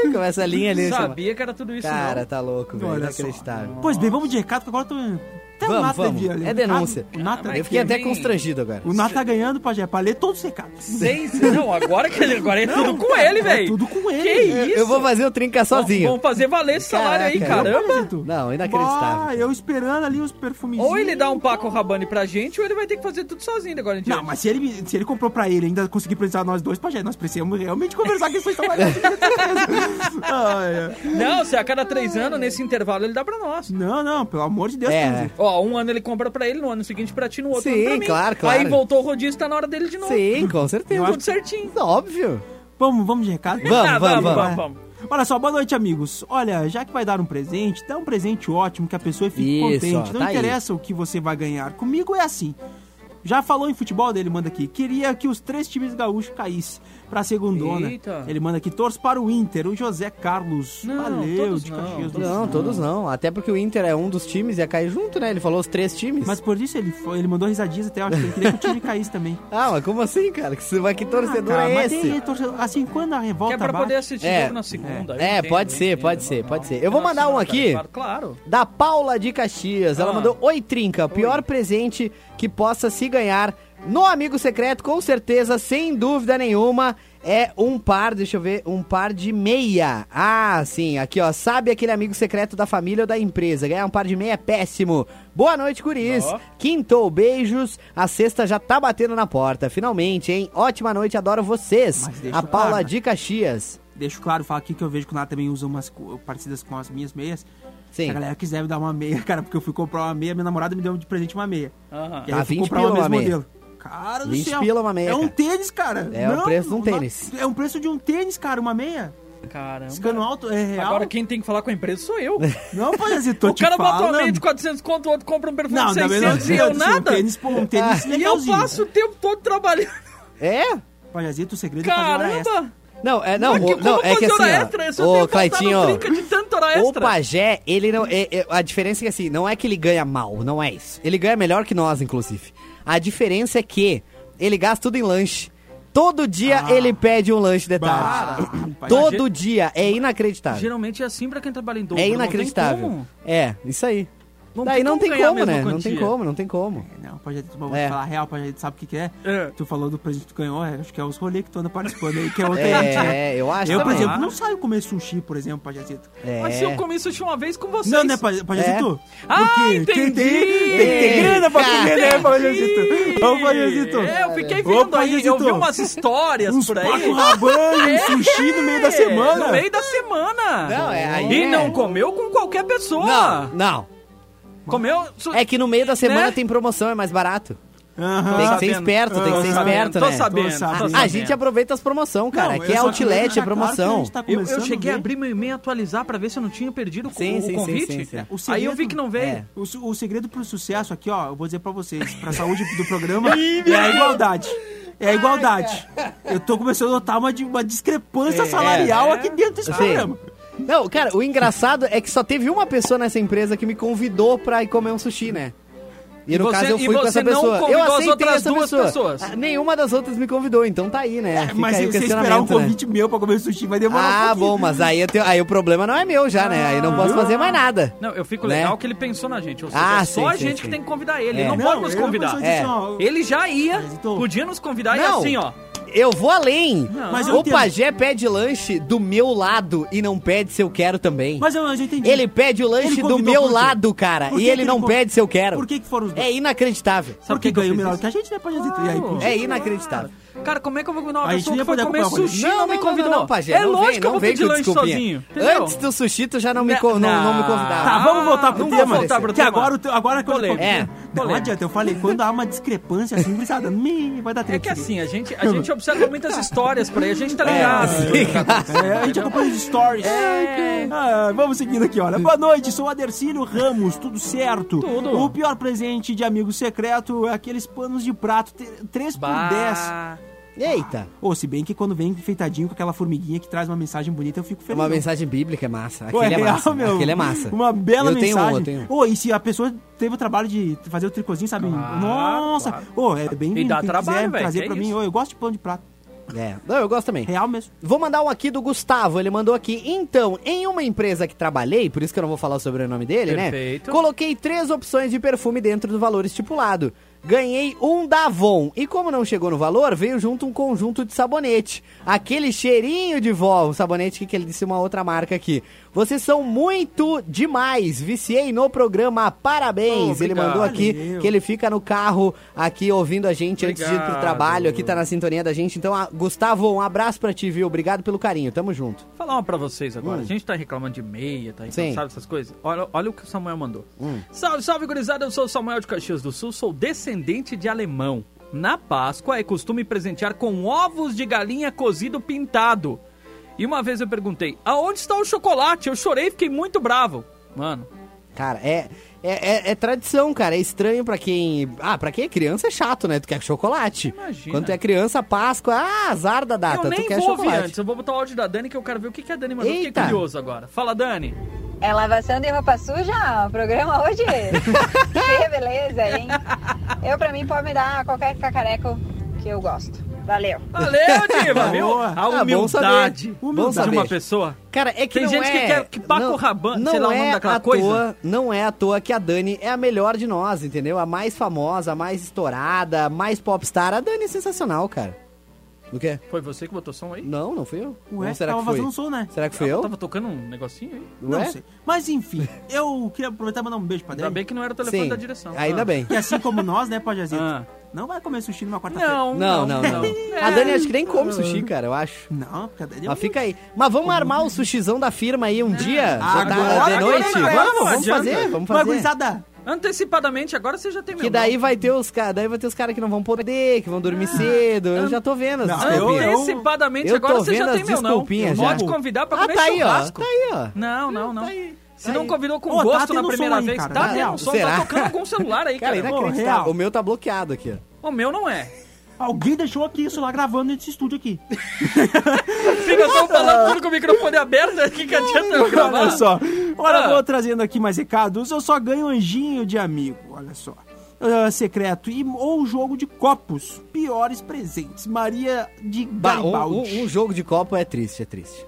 Speaker 5: "Tii", Com essa linha ali. chama.
Speaker 3: Sabia que era tudo isso,
Speaker 5: Cara,
Speaker 3: não.
Speaker 5: tá louco, velho.
Speaker 4: Olha só.
Speaker 5: Inacreditável.
Speaker 4: pois bem, vamos de recado, que agora eu tô... Até o
Speaker 5: Vamos,
Speaker 4: Nato
Speaker 5: vamos.
Speaker 4: devia ler.
Speaker 5: É denúncia.
Speaker 4: O Nato
Speaker 3: Ah,
Speaker 4: tá
Speaker 5: Eu
Speaker 3: mas
Speaker 5: fiquei
Speaker 3: que
Speaker 5: até
Speaker 3: vem.
Speaker 5: constrangido agora.
Speaker 4: O Nato tá ganhando, Pajé, pra ler todos os recados.
Speaker 3: Seis. Não, agora que ele. Agora é tudo com ele, velho.
Speaker 4: tudo com ele.
Speaker 3: Que
Speaker 4: É,
Speaker 3: isso?
Speaker 5: Eu vou fazer o trinca sozinho.
Speaker 3: Vamos fazer valer esse salário aí,
Speaker 5: Caraca.
Speaker 3: caramba.
Speaker 4: Pajazito.
Speaker 5: Não, inacreditável.
Speaker 4: Bah, eu esperando ali os perfumezinhos.
Speaker 3: Ou ele dá um Paco Rabanne pra gente, ou ele vai ter que fazer tudo sozinho de agora em diante.
Speaker 4: Não, mas se ele, me- se ele comprou pra ele e ainda conseguir precisar nós dois, pajé, nós precisamos realmente conversar questões trabalhistas. com certeza. Ai, ai.
Speaker 3: Não, se a cada três anos, nesse intervalo, ele dá pra nós.
Speaker 4: Não, não, pelo amor de Deus.
Speaker 5: É.
Speaker 4: Kenzie.
Speaker 3: Ó, um ano ele compra pra ele, no ano seguinte pra ti, no outro
Speaker 5: Sim,
Speaker 3: ano pra mim.
Speaker 5: claro, claro.
Speaker 3: Aí voltou o rodízio, tá na hora dele de novo.
Speaker 5: Sim, com certeza.
Speaker 3: Tudo certinho.
Speaker 5: Óbvio.
Speaker 4: Vamos, vamos de recado? né?
Speaker 5: Vamos,
Speaker 3: Ah,
Speaker 5: vamos, vamos.
Speaker 4: Olha só, boa noite, amigos. Olha, já que vai dar um presente, dá um presente ótimo que a pessoa fique
Speaker 5: Isso,
Speaker 4: contente.
Speaker 5: ó,
Speaker 4: Não
Speaker 5: tá aí.
Speaker 4: interessa o que você vai ganhar. Comigo é assim. Já falou em futebol dele, manda aqui. Queria que os três times gaúchos caíssem pra segundona.
Speaker 3: Eita.
Speaker 4: Ele manda aqui, torce para o Inter, o José Carlos.
Speaker 3: Não,
Speaker 4: Valeu,
Speaker 3: todos
Speaker 4: de
Speaker 3: não,
Speaker 4: Caxias do
Speaker 5: Não,
Speaker 4: Sul.
Speaker 5: todos não. Até porque o Inter é um dos times e ia cair junto, né? Ele falou os três times.
Speaker 4: Mas por isso ele, foi- ele mandou risadinhas até, eu acho que ele queria que o time caísse também.
Speaker 5: Ah, mas como assim, cara? Que, mas que torcedor
Speaker 4: Ah, cara,
Speaker 5: é
Speaker 4: mas
Speaker 5: esse?
Speaker 4: tem torcedor- assim, quando a
Speaker 3: Que
Speaker 4: revolta
Speaker 3: é pra
Speaker 4: bate-
Speaker 3: poder assistir
Speaker 5: É.
Speaker 3: jogo na segunda. eu
Speaker 5: É,
Speaker 3: entendo,
Speaker 5: pode
Speaker 3: eu
Speaker 5: ser,
Speaker 3: entendo,
Speaker 5: pode ser,
Speaker 3: normal.
Speaker 5: pode ser. Eu vou
Speaker 3: Nossa,
Speaker 5: mandar um
Speaker 3: não,
Speaker 5: aqui.
Speaker 3: cara, Claro.
Speaker 5: Da Paula de Caxias. Ela
Speaker 3: Ah.
Speaker 5: mandou: Oi, Trinca. Pior presente que possa se ganhar no Amigo Secreto, com certeza, sem dúvida nenhuma. É um par, deixa eu ver, um par de meia. Ah, sim, aqui ó, sabe aquele amigo secreto da família ou da empresa? Ganhar um par de meia é péssimo. Boa noite, guris.
Speaker 3: Ó.
Speaker 5: Quintou, beijos. A sexta já tá batendo na porta, finalmente, hein? Ótima noite, adoro vocês.
Speaker 4: Mas deixa
Speaker 5: A
Speaker 4: eu
Speaker 5: Paula
Speaker 4: falar, né?
Speaker 5: de Caxias.
Speaker 4: Deixo claro, fala aqui que eu vejo que o Nath também usa umas co- parecidas com as minhas meias. Se
Speaker 5: Sim.
Speaker 4: a galera quiser me dar uma meia, cara, porque eu fui comprar uma meia, minha namorada me deu de presente uma meia.
Speaker 3: Aham.
Speaker 4: E aí
Speaker 5: Ah,
Speaker 4: eu fui
Speaker 5: 20
Speaker 4: comprar o
Speaker 5: pila uma
Speaker 4: mesmo
Speaker 5: meia.
Speaker 4: modelo. Cara do
Speaker 5: 20
Speaker 4: céu.
Speaker 5: pila uma meia,
Speaker 4: É um
Speaker 5: cara.
Speaker 4: tênis, cara.
Speaker 5: É o preço de um
Speaker 4: na-
Speaker 5: tênis. um
Speaker 4: É um preço de um tênis, cara, uma meia.
Speaker 3: Caramba.
Speaker 4: Esse cano alto é real.
Speaker 3: Agora quem tem que falar com a empresa sou eu.
Speaker 4: Não, parece, tô
Speaker 3: o
Speaker 4: te
Speaker 3: cara bota uma
Speaker 4: falando.
Speaker 3: meia de 400 conto, o outro compra um perfume
Speaker 4: Não,
Speaker 3: de
Speaker 4: na
Speaker 3: 600
Speaker 4: verdade,
Speaker 3: e eu nada. Ah,
Speaker 4: Um tênis, pô, um tênis
Speaker 3: E eu
Speaker 4: legalzinho.
Speaker 3: passo o tempo todo trabalhando.
Speaker 5: É?
Speaker 4: Pajazito, o segredo é fazer hora extra.
Speaker 3: Caramba!
Speaker 5: Não, é não,
Speaker 3: Mas que-
Speaker 5: o- não
Speaker 3: como
Speaker 5: é que
Speaker 3: fazer hora
Speaker 5: assim,
Speaker 3: extra? Esse eu
Speaker 5: ó,
Speaker 3: tenho
Speaker 5: ô
Speaker 3: que faltar no
Speaker 5: Claitinho,
Speaker 3: trinca de tanta hora
Speaker 5: o
Speaker 3: extra.
Speaker 5: pajé, ele não, é- é- a diferença é que assim, não é que ele ganha mal, não é isso. Ele ganha melhor que nós, inclusive. A diferença é que ele gasta tudo em lanche. Todo dia ele pede um lanche de tarde.
Speaker 4: Pai,
Speaker 5: Todo dia. É inacreditável.
Speaker 3: Geralmente é assim pra quem trabalha em dobro.
Speaker 5: É
Speaker 3: não tem
Speaker 5: inacreditável.
Speaker 3: como.
Speaker 5: É, isso aí.
Speaker 3: Não
Speaker 5: Daí não tem
Speaker 3: ganhar a
Speaker 5: como,
Speaker 3: mesma
Speaker 5: né? Não tem
Speaker 3: quantia.
Speaker 5: como, não tem como.
Speaker 4: Não, pode um vou
Speaker 5: É.
Speaker 4: falar real, pode sabe o que, que é?
Speaker 3: É.
Speaker 4: Tu falou do presente que tu ganhou, é, acho que é os rolês que tu anda participando aí, que é outra gente, né?
Speaker 5: É, eu acho
Speaker 4: Eu, por
Speaker 5: também.
Speaker 4: exemplo, não saio comer sushi, por exemplo, Pajazito.
Speaker 5: É.
Speaker 3: Mas se eu comi sushi uma vez com vocês.
Speaker 4: Não, né, Paja- Pajazito?
Speaker 3: Ah,
Speaker 4: Porque Quem tem,
Speaker 3: entendi!
Speaker 4: tem que ter grana pra comer, né,
Speaker 3: Entendi!
Speaker 4: Pajazito? Ô, Pajazito.
Speaker 3: É, eu fiquei
Speaker 4: Ô,
Speaker 3: vendo aí, eu vi
Speaker 4: Pajazito.
Speaker 3: umas histórias
Speaker 4: Uns
Speaker 3: por
Speaker 4: paco
Speaker 3: aí. É.
Speaker 4: rabanho, um sushi no meio da semana.
Speaker 3: No meio da semana.
Speaker 5: Não, é, aí
Speaker 3: e
Speaker 5: é.
Speaker 3: não comeu com qualquer pessoa.
Speaker 5: Não, não.
Speaker 3: Comeu... su-
Speaker 5: É que no meio da semana
Speaker 3: Né?
Speaker 5: tem promoção, é mais barato.
Speaker 4: Aham.
Speaker 5: Tem que ser
Speaker 3: sabendo.
Speaker 5: esperto, tem que ser
Speaker 3: Tô
Speaker 4: Ah,
Speaker 5: esperto,
Speaker 3: sabendo, tô sabendo,
Speaker 5: né?
Speaker 4: Tô
Speaker 3: tô
Speaker 4: sabendo.
Speaker 5: A
Speaker 3: tá sabendo.
Speaker 5: gente aproveita as promoções, cara.
Speaker 4: Não,
Speaker 5: Aqui
Speaker 4: eu
Speaker 5: é
Speaker 4: só queria
Speaker 5: outlet,
Speaker 4: deixar
Speaker 5: é
Speaker 4: claro que a
Speaker 5: promoção.
Speaker 4: gente tá
Speaker 3: Eu, eu
Speaker 4: começando
Speaker 3: cheguei a
Speaker 4: ver.
Speaker 3: abrir meu e-mail atualizar pra ver se eu não tinha perdido o co-
Speaker 5: Sim,
Speaker 3: o
Speaker 5: sim, sim,
Speaker 3: convite.
Speaker 5: sim, sim.
Speaker 4: O
Speaker 3: Aí eu
Speaker 4: segredo-
Speaker 3: vi que não veio.
Speaker 5: É.
Speaker 4: O, su- o segredo pro sucesso aqui, ó, eu vou dizer pra vocês, pra saúde do programa, é a igualdade. É a igualdade. Eu tô começando a notar uma, di- uma discrepância salarial
Speaker 3: é.
Speaker 4: aqui dentro desse
Speaker 5: Sim.
Speaker 4: programa.
Speaker 5: Não, cara, o engraçado é que só teve uma pessoa nessa empresa que me convidou pra ir comer um sushi, né? E no
Speaker 3: você-
Speaker 5: caso eu
Speaker 3: e
Speaker 5: fui com
Speaker 3: você
Speaker 5: essa
Speaker 3: não
Speaker 5: pessoa.
Speaker 3: convidou
Speaker 5: Eu
Speaker 3: as
Speaker 5: aceitei
Speaker 3: outras
Speaker 5: essa
Speaker 3: duas
Speaker 5: pessoa.
Speaker 3: pessoas.
Speaker 5: Ah, Nenhuma das outras me convidou, então tá aí, né? Fica
Speaker 4: É, Mas
Speaker 5: aí
Speaker 4: se
Speaker 5: o
Speaker 4: você esperar um
Speaker 5: questionamento, né?
Speaker 4: convite meu pra comer sushi, vai demorar um
Speaker 5: Ah,
Speaker 4: pouquinho.
Speaker 5: bom, mas aí, eu tenho- aí o problema não é meu já, né? Aí não
Speaker 4: Ah.
Speaker 5: posso fazer mais nada.
Speaker 3: Não, eu fico
Speaker 5: Né?
Speaker 3: legal que ele pensou na gente. Ou seja,
Speaker 5: Ah,
Speaker 3: é
Speaker 5: sim,
Speaker 3: só a
Speaker 5: sim,
Speaker 3: gente
Speaker 5: sim.
Speaker 3: que tem que convidar ele.
Speaker 5: É.
Speaker 3: Ele não, pode nos
Speaker 4: eu
Speaker 3: convidar.
Speaker 4: pensei assim,
Speaker 5: É.
Speaker 4: ó, eu-
Speaker 3: Ele já ia,
Speaker 4: Mas então-
Speaker 3: podia nos convidar e
Speaker 5: Não.
Speaker 3: assim, ó.
Speaker 5: Eu vou além.
Speaker 3: Não.
Speaker 4: Mas eu
Speaker 5: o
Speaker 4: entendo.
Speaker 5: pajé pede lanche do meu lado e não pede se eu quero também.
Speaker 4: Mas eu, eu já entendi.
Speaker 5: Ele pede o
Speaker 4: Ele
Speaker 5: lanche do
Speaker 4: convidou
Speaker 5: meu
Speaker 4: por quê?
Speaker 5: lado, cara,
Speaker 4: Por
Speaker 5: e
Speaker 4: que
Speaker 5: ele
Speaker 4: que
Speaker 5: não
Speaker 4: con-
Speaker 5: pede se eu quero.
Speaker 4: Por que, que foram os dois?
Speaker 5: É inacreditável.
Speaker 3: Sabe por
Speaker 4: Porque
Speaker 3: que que eu
Speaker 4: ganhou
Speaker 3: fiz
Speaker 4: melhor
Speaker 3: isso?
Speaker 4: que a gente, né, Pajazito? E aí,
Speaker 3: Claro.
Speaker 4: podia-
Speaker 5: É inacreditável.
Speaker 3: Cara, como é que eu vou convidar uma
Speaker 4: Aí
Speaker 3: pessoa
Speaker 4: tinha
Speaker 3: que foi
Speaker 4: poder
Speaker 3: comer
Speaker 4: comprar uma
Speaker 3: sushi e não, me convidou?
Speaker 5: não, pajé.
Speaker 3: é
Speaker 5: não vem,
Speaker 3: lógico que eu
Speaker 5: não
Speaker 3: vou
Speaker 5: vem
Speaker 3: pedir
Speaker 5: com
Speaker 3: lanche
Speaker 5: desculpinha.
Speaker 3: sozinho. Entendeu? Né? Ah,
Speaker 5: Antes do sushi, tu já não me,
Speaker 3: Não,
Speaker 5: con- não, não me
Speaker 3: não.
Speaker 4: Tá,
Speaker 5: convidava.
Speaker 4: vamos voltar pro
Speaker 3: Não vou
Speaker 4: tema.
Speaker 3: voltar pro
Speaker 4: que
Speaker 3: tema.
Speaker 4: agora, o teu- agora a coisa
Speaker 3: Polêmica.
Speaker 5: É.
Speaker 4: Não
Speaker 3: Polêmica.
Speaker 4: adianta, eu falei, quando há uma discrepância assim, brisada, me vai dar treta.
Speaker 3: É que assim, a gente, a gente observa muitas histórias por aí, a gente tá ligado.
Speaker 4: É, a gente acompanha os stories. Ah, vamos seguindo aqui, olha. Boa noite, sou Adercílio Ramos, tudo certo?
Speaker 3: Tudo.
Speaker 4: O pior presente de amigo secreto é aqueles panos de prato 3 por 10.
Speaker 3: Bah.
Speaker 5: Eita. é
Speaker 4: Ou se bem que quando vem enfeitadinho com aquela formiguinha que traz uma mensagem bonita, eu fico
Speaker 5: É
Speaker 4: feliz.
Speaker 5: Uma
Speaker 4: né?
Speaker 5: mensagem bíblica é massa.
Speaker 4: Pô,
Speaker 5: Aquele é,
Speaker 4: real,
Speaker 5: massa.
Speaker 4: meu.
Speaker 5: Aquele é massa.
Speaker 4: Uma bela
Speaker 5: eu
Speaker 4: mensagem.
Speaker 5: Tenho um, eu tenho um.
Speaker 4: Ô, e se a pessoa teve o trabalho de fazer o tricôzinho, sabe?
Speaker 3: Claro,
Speaker 4: Nossa!
Speaker 3: claro.
Speaker 4: Ô, é bem
Speaker 3: E dá
Speaker 4: quem
Speaker 3: trabalho,
Speaker 4: quiser
Speaker 3: velho,
Speaker 4: trazer
Speaker 3: que
Speaker 4: pra
Speaker 3: é
Speaker 4: mim.
Speaker 3: isso.
Speaker 4: Ô, eu gosto de pano de prato.
Speaker 5: É. Não, eu gosto também.
Speaker 4: Real mesmo.
Speaker 5: Vou mandar um aqui do Gustavo, ele mandou aqui. Então, em uma empresa que trabalhei, por isso que eu não vou falar sobre o nome dele,
Speaker 3: Perfeito.
Speaker 5: né? Coloquei três opções de perfume dentro do valor estipulado. Ganhei um da Avon. E como não chegou no valor, veio junto um conjunto de sabonete. Aquele cheirinho de vó, o sabonete que ele disse uma outra marca aqui. Vocês são muito demais. Viciei no programa. Parabéns. ele
Speaker 3: Oh, Obrigado.
Speaker 5: mandou aqui
Speaker 4: Valeu.
Speaker 5: que ele fica no carro aqui ouvindo a gente antes de ir pro
Speaker 3: Obrigado.
Speaker 5: trabalho. Aqui tá na sintonia da gente. Então, ah, Gustavo, um abraço pra ti, viu? Obrigado pelo carinho. Tamo junto.
Speaker 3: Vou falar uma pra vocês agora. A gente tá reclamando de meia, tá
Speaker 5: Hum. Sim. Hum.
Speaker 3: reclamando, sabe essas coisas? Olha, olha o que o Samuel mandou. Salve, salve, gurizada. Eu sou o Samuel de Caxias do Sul, sou descendente de alemão. Na Páscoa é costume presentear com ovos de galinha cozido pintado. E uma vez eu perguntei, aonde está o chocolate? Eu chorei e fiquei muito bravo. Mano,
Speaker 5: Cara, é, é, é- é tradição, cara. É estranho pra quem. Ah, pra quem é criança é chato, né? Tu quer chocolate.
Speaker 3: Imagina.
Speaker 5: Quando tu é criança, Páscoa, ah, azar da data.
Speaker 3: eu
Speaker 5: tu
Speaker 3: nem
Speaker 5: quer
Speaker 3: vou ouvir
Speaker 5: chocolate.
Speaker 3: antes. Eu vou botar o áudio da Dani que eu quero ver o que, que a Dani mandou. Eu
Speaker 5: Eita.
Speaker 3: Fiquei curioso agora. Fala, Dani.
Speaker 10: É lavação de roupa suja? O programa hoje? que beleza, hein? Eu, pra mim, pode me dar qualquer cacareco que eu gosto. Valeu.
Speaker 3: Valeu, Diva, viu?
Speaker 4: Boa.
Speaker 5: Ah,
Speaker 3: A
Speaker 5: bom
Speaker 3: humildade,
Speaker 5: saber. Bom
Speaker 3: de uma
Speaker 5: saber.
Speaker 3: pessoa.
Speaker 5: Cara, é que
Speaker 3: Tem
Speaker 5: não
Speaker 3: gente que
Speaker 5: é-
Speaker 3: quer que Paco
Speaker 5: não-
Speaker 3: Rabanne,
Speaker 5: não
Speaker 3: sei lá o
Speaker 5: é
Speaker 3: nome daquela
Speaker 5: à
Speaker 3: coisa.
Speaker 5: Toa, não é à toa que a Dani é a melhor de nós, entendeu? A mais famosa, a mais estourada, a mais popstar. A Dani é sensacional, cara. O quê?
Speaker 3: Foi você que botou som aí?
Speaker 5: Não, não fui eu.
Speaker 4: Ué,
Speaker 5: Ou será
Speaker 4: tava
Speaker 5: que foi?
Speaker 4: vazando som, né?
Speaker 5: Será é? que fui eu?
Speaker 3: Tava tocando um negocinho aí.
Speaker 5: Ué?
Speaker 4: Não sei. Mas enfim, eu queria aproveitar e mandar um beijo pra
Speaker 3: Ainda
Speaker 4: Dani.
Speaker 3: bem que não era o telefone
Speaker 5: Sim.
Speaker 3: da direção.
Speaker 5: Ainda
Speaker 3: Ah.
Speaker 5: bem.
Speaker 4: Que assim como nós, né, Pajazito?
Speaker 3: Ah.
Speaker 4: Não vai comer sushi numa quarta-feira.
Speaker 3: Não, É,
Speaker 5: Não, não, não.
Speaker 4: É.
Speaker 5: A Dani acho que nem come sushi, cara, eu acho.
Speaker 4: Não, porque a Dani é
Speaker 5: Mas
Speaker 4: um-
Speaker 5: fica aí. Mas vamos armar o sushizão da firma aí um dia? Já tá
Speaker 4: Agora
Speaker 5: de
Speaker 4: que
Speaker 5: noite?
Speaker 4: não
Speaker 5: Vamos,
Speaker 4: adianta.
Speaker 5: vamos fazer, vamos
Speaker 4: Mas,
Speaker 5: fazer.
Speaker 4: gurizada,
Speaker 3: Antecipadamente, agora você já tem meu
Speaker 5: Que daí vai ter os caras, daí vai ter os caras que não vão poder, que vão dormir cedo. Eu já tô vendo as
Speaker 4: Ah. Não,
Speaker 3: nome.
Speaker 5: desculpinhas.
Speaker 4: eu-
Speaker 3: Ah, Antecipadamente,
Speaker 5: eu
Speaker 3: agora
Speaker 5: tô
Speaker 3: você já
Speaker 5: vendo
Speaker 3: tem
Speaker 5: as
Speaker 3: meu não.
Speaker 5: desculpinhas já.
Speaker 3: Pode convidar pra
Speaker 5: Ah,
Speaker 3: comer
Speaker 5: tá aí, ó.
Speaker 3: churrasco.
Speaker 5: Tá aí, ó.
Speaker 3: Não, não, não. Se
Speaker 5: tá
Speaker 3: não
Speaker 5: aí.
Speaker 3: convidou com
Speaker 4: Ô, tá
Speaker 3: gosto na
Speaker 4: tendo
Speaker 3: primeira
Speaker 4: som aí,
Speaker 3: vez,
Speaker 4: cara.
Speaker 3: tá
Speaker 4: Na
Speaker 3: tendo
Speaker 5: real.
Speaker 3: som,
Speaker 5: Será?
Speaker 3: tá tocando algum celular aí,
Speaker 5: Cara,
Speaker 3: cara.
Speaker 5: inacreditável.
Speaker 4: real.
Speaker 5: O meu tá bloqueado aqui, ó.
Speaker 3: O meu não é.
Speaker 4: alguém deixou aqui isso lá gravando nesse estúdio aqui.
Speaker 3: Fica só falando tudo com o microfone é aberto aqui que adianta eu gravar.
Speaker 4: Olha só. Olha,
Speaker 3: Ah.
Speaker 4: vou trazendo aqui mais recados. Eu só ganho anjinho de amigo, olha só. ah, secreto e, ou jogo de copos. Piores presentes. Maria de
Speaker 5: Bah, um,
Speaker 4: Garibaldi.
Speaker 5: um- um jogo de copo é triste, é triste.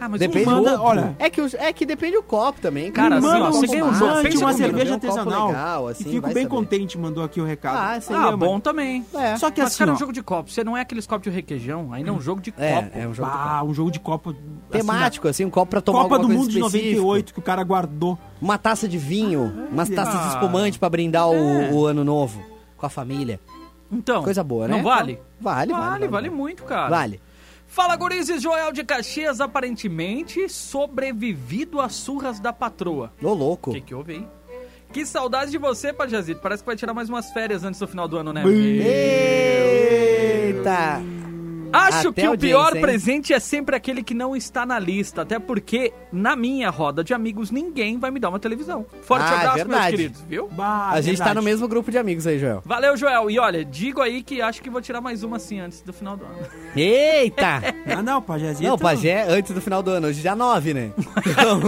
Speaker 3: Ah, mas
Speaker 5: depende
Speaker 4: um manda-
Speaker 5: do-
Speaker 4: olha.
Speaker 5: é que, os- é que depende do copo também.
Speaker 3: Cara,
Speaker 5: cara.
Speaker 3: assim,
Speaker 4: manda
Speaker 3: ó,
Speaker 4: um
Speaker 3: você ganha um jogo,
Speaker 4: espumante,
Speaker 3: pensa
Speaker 4: uma
Speaker 3: comigo,
Speaker 4: cerveja
Speaker 5: um copo
Speaker 4: artesanal.
Speaker 5: legal, assim,
Speaker 4: e fico
Speaker 5: vai
Speaker 4: bem
Speaker 5: saber.
Speaker 4: contente, mandou aqui o recado.
Speaker 5: Ah, seria,
Speaker 3: Ah,
Speaker 5: mano.
Speaker 3: bom também.
Speaker 5: É.
Speaker 4: Só que
Speaker 3: Mas,
Speaker 4: assim,
Speaker 3: cara, é
Speaker 4: ó,
Speaker 3: um jogo de copo. Você não é aqueles copos de requeijão, aí não é um jogo de copo.
Speaker 5: É, é um jogo de copo.
Speaker 4: Ah, um jogo de copo.
Speaker 5: temático, assim, um copo pra
Speaker 4: Assim,
Speaker 5: tomar
Speaker 4: na Copa
Speaker 5: alguma
Speaker 4: do
Speaker 5: coisa
Speaker 4: Mundo de
Speaker 5: específica.
Speaker 4: 98 que o cara guardou.
Speaker 5: Uma taça de vinho, umas taças de
Speaker 3: Ah.
Speaker 5: espumante pra brindar
Speaker 4: É.
Speaker 5: o, o ano novo com a família.
Speaker 3: Então,
Speaker 5: Coisa boa, né?
Speaker 3: Não vale?
Speaker 5: Vale, vale.
Speaker 3: Vale, vale muito, cara.
Speaker 5: Vale.
Speaker 3: Fala, gurizes, Joel de Caxias, aparentemente sobrevivido às surras da patroa.
Speaker 5: Ô,
Speaker 3: O
Speaker 5: louco.
Speaker 3: que, que houve aí? Que saudade de você, Pajazito. Parece que vai tirar mais umas férias antes do final do
Speaker 4: é
Speaker 3: ano, né?
Speaker 5: Eita!
Speaker 3: Acho
Speaker 5: Até
Speaker 3: que o
Speaker 5: audiência,
Speaker 3: pior
Speaker 5: hein?
Speaker 3: presente é sempre aquele que não está na lista. Até porque, na minha roda de amigos, ninguém vai me dar uma televisão. Forte
Speaker 5: Ah,
Speaker 3: abraço, meus
Speaker 5: verdade.
Speaker 3: queridos, viu?
Speaker 4: Bah,
Speaker 5: a gente tá
Speaker 4: É verdade.
Speaker 5: no mesmo grupo de amigos aí, Joel.
Speaker 3: Valeu, Joel. E olha, digo aí que acho que vou tirar mais uma assim antes do final do ano.
Speaker 5: Eita!
Speaker 4: Ah, não, Pajézinho.
Speaker 5: Não, o Pajé é antes do final do ano, hoje já nove, né? Então,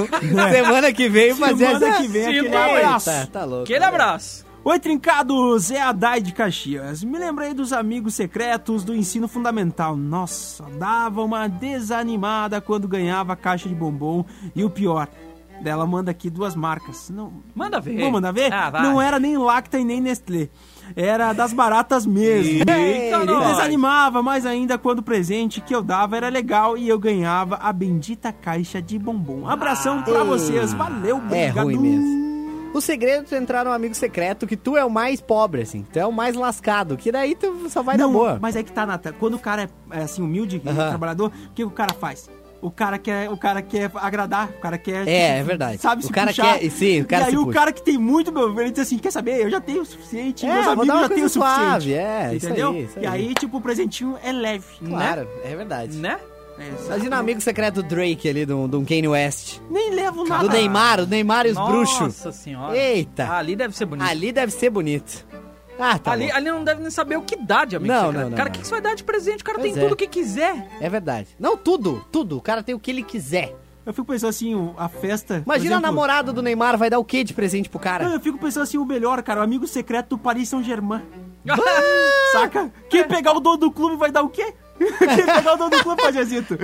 Speaker 5: semana que vem o Pajé
Speaker 4: Semana
Speaker 5: já-
Speaker 4: que vem,
Speaker 3: Se
Speaker 4: aquele
Speaker 3: vai.
Speaker 4: abraço.
Speaker 5: Eita, tá louco.
Speaker 3: Aquele abraço.
Speaker 4: Oi, trincados! É a Dai de Caxias. Me lembrei dos amigos secretos do ensino fundamental. Nossa, dava uma desanimada quando ganhava a caixa de bombom. E o pior, dela manda aqui duas marcas. Não,
Speaker 3: Manda ver.
Speaker 4: Vamos mandar ver?
Speaker 3: Ah, vai.
Speaker 4: Não
Speaker 5: é?
Speaker 4: era nem Lacta e nem Nestlé. Era das baratas mesmo.
Speaker 3: Eita,
Speaker 4: Ele
Speaker 3: nós.
Speaker 4: desanimava mais ainda quando o presente que eu dava era legal e eu ganhava a bendita caixa de bombom. Abração pra
Speaker 3: Ah.
Speaker 4: vocês. Valeu,
Speaker 5: É
Speaker 4: obrigado.
Speaker 5: ruim mesmo. O segredo é tu entrar num amigo secreto que tu é o mais pobre, assim. Tu é o mais lascado, que daí tu só vai
Speaker 4: Não,
Speaker 5: na boa.
Speaker 4: mas é que tá, Nata. Quando o cara é, é, assim, humilde, e
Speaker 5: Aham.
Speaker 4: trabalhador, o que o cara faz? O cara quer, o cara quer agradar, o cara quer... tipo,
Speaker 5: É, é verdade.
Speaker 4: Sabe
Speaker 5: O
Speaker 4: se
Speaker 5: cara
Speaker 4: puxar.
Speaker 5: quer- sim, o cara
Speaker 4: E aí
Speaker 5: se
Speaker 4: o
Speaker 5: puxa.
Speaker 4: cara que tem muito, meu, ele diz assim, quer saber? Eu já tenho o suficiente,
Speaker 5: É,
Speaker 4: meus
Speaker 5: vou
Speaker 4: amigos
Speaker 5: dar uma
Speaker 4: já têm o
Speaker 5: coisa
Speaker 4: suficiente.
Speaker 5: suave, é, isso
Speaker 4: Entendeu?
Speaker 5: aí, isso
Speaker 4: E
Speaker 5: aí.
Speaker 4: aí, tipo, o presentinho é leve, né? É,
Speaker 5: Claro, é verdade.
Speaker 3: Né?
Speaker 5: Imagina o amigo secreto do Drake ali, do, do Kanye West.
Speaker 4: Nem levo nada.
Speaker 5: Do Neymar, o Neymar e os
Speaker 3: Nossa
Speaker 5: bruxos.
Speaker 3: senhora.
Speaker 5: Eita.
Speaker 3: Ah, ali deve ser bonito.
Speaker 5: Ali deve ser bonito. Ah, tá
Speaker 3: ali,
Speaker 5: bom.
Speaker 3: ali não deve nem saber o que dá de amigo
Speaker 5: Não,
Speaker 3: secreto.
Speaker 5: não, não,
Speaker 3: cara, o
Speaker 5: não.
Speaker 3: que, que você vai dar de presente? O cara
Speaker 5: Pois
Speaker 3: tem
Speaker 5: é.
Speaker 3: tudo o que quiser.
Speaker 5: É verdade. Não, tudo, tudo. O cara tem o que ele quiser.
Speaker 4: Eu fico pensando assim, o- a festa... por
Speaker 3: é
Speaker 5: Imagina a
Speaker 4: exemplo-
Speaker 5: namorada do Neymar vai dar o que de presente pro
Speaker 4: Não,
Speaker 5: cara?
Speaker 4: eu fico pensando assim, o melhor, cara, o amigo secreto do Paris Saint-Germain. Saca?
Speaker 3: É.
Speaker 4: Quem pegar o dono do clube vai dar o quê? Quem pegar o dono do clube, Pajazito?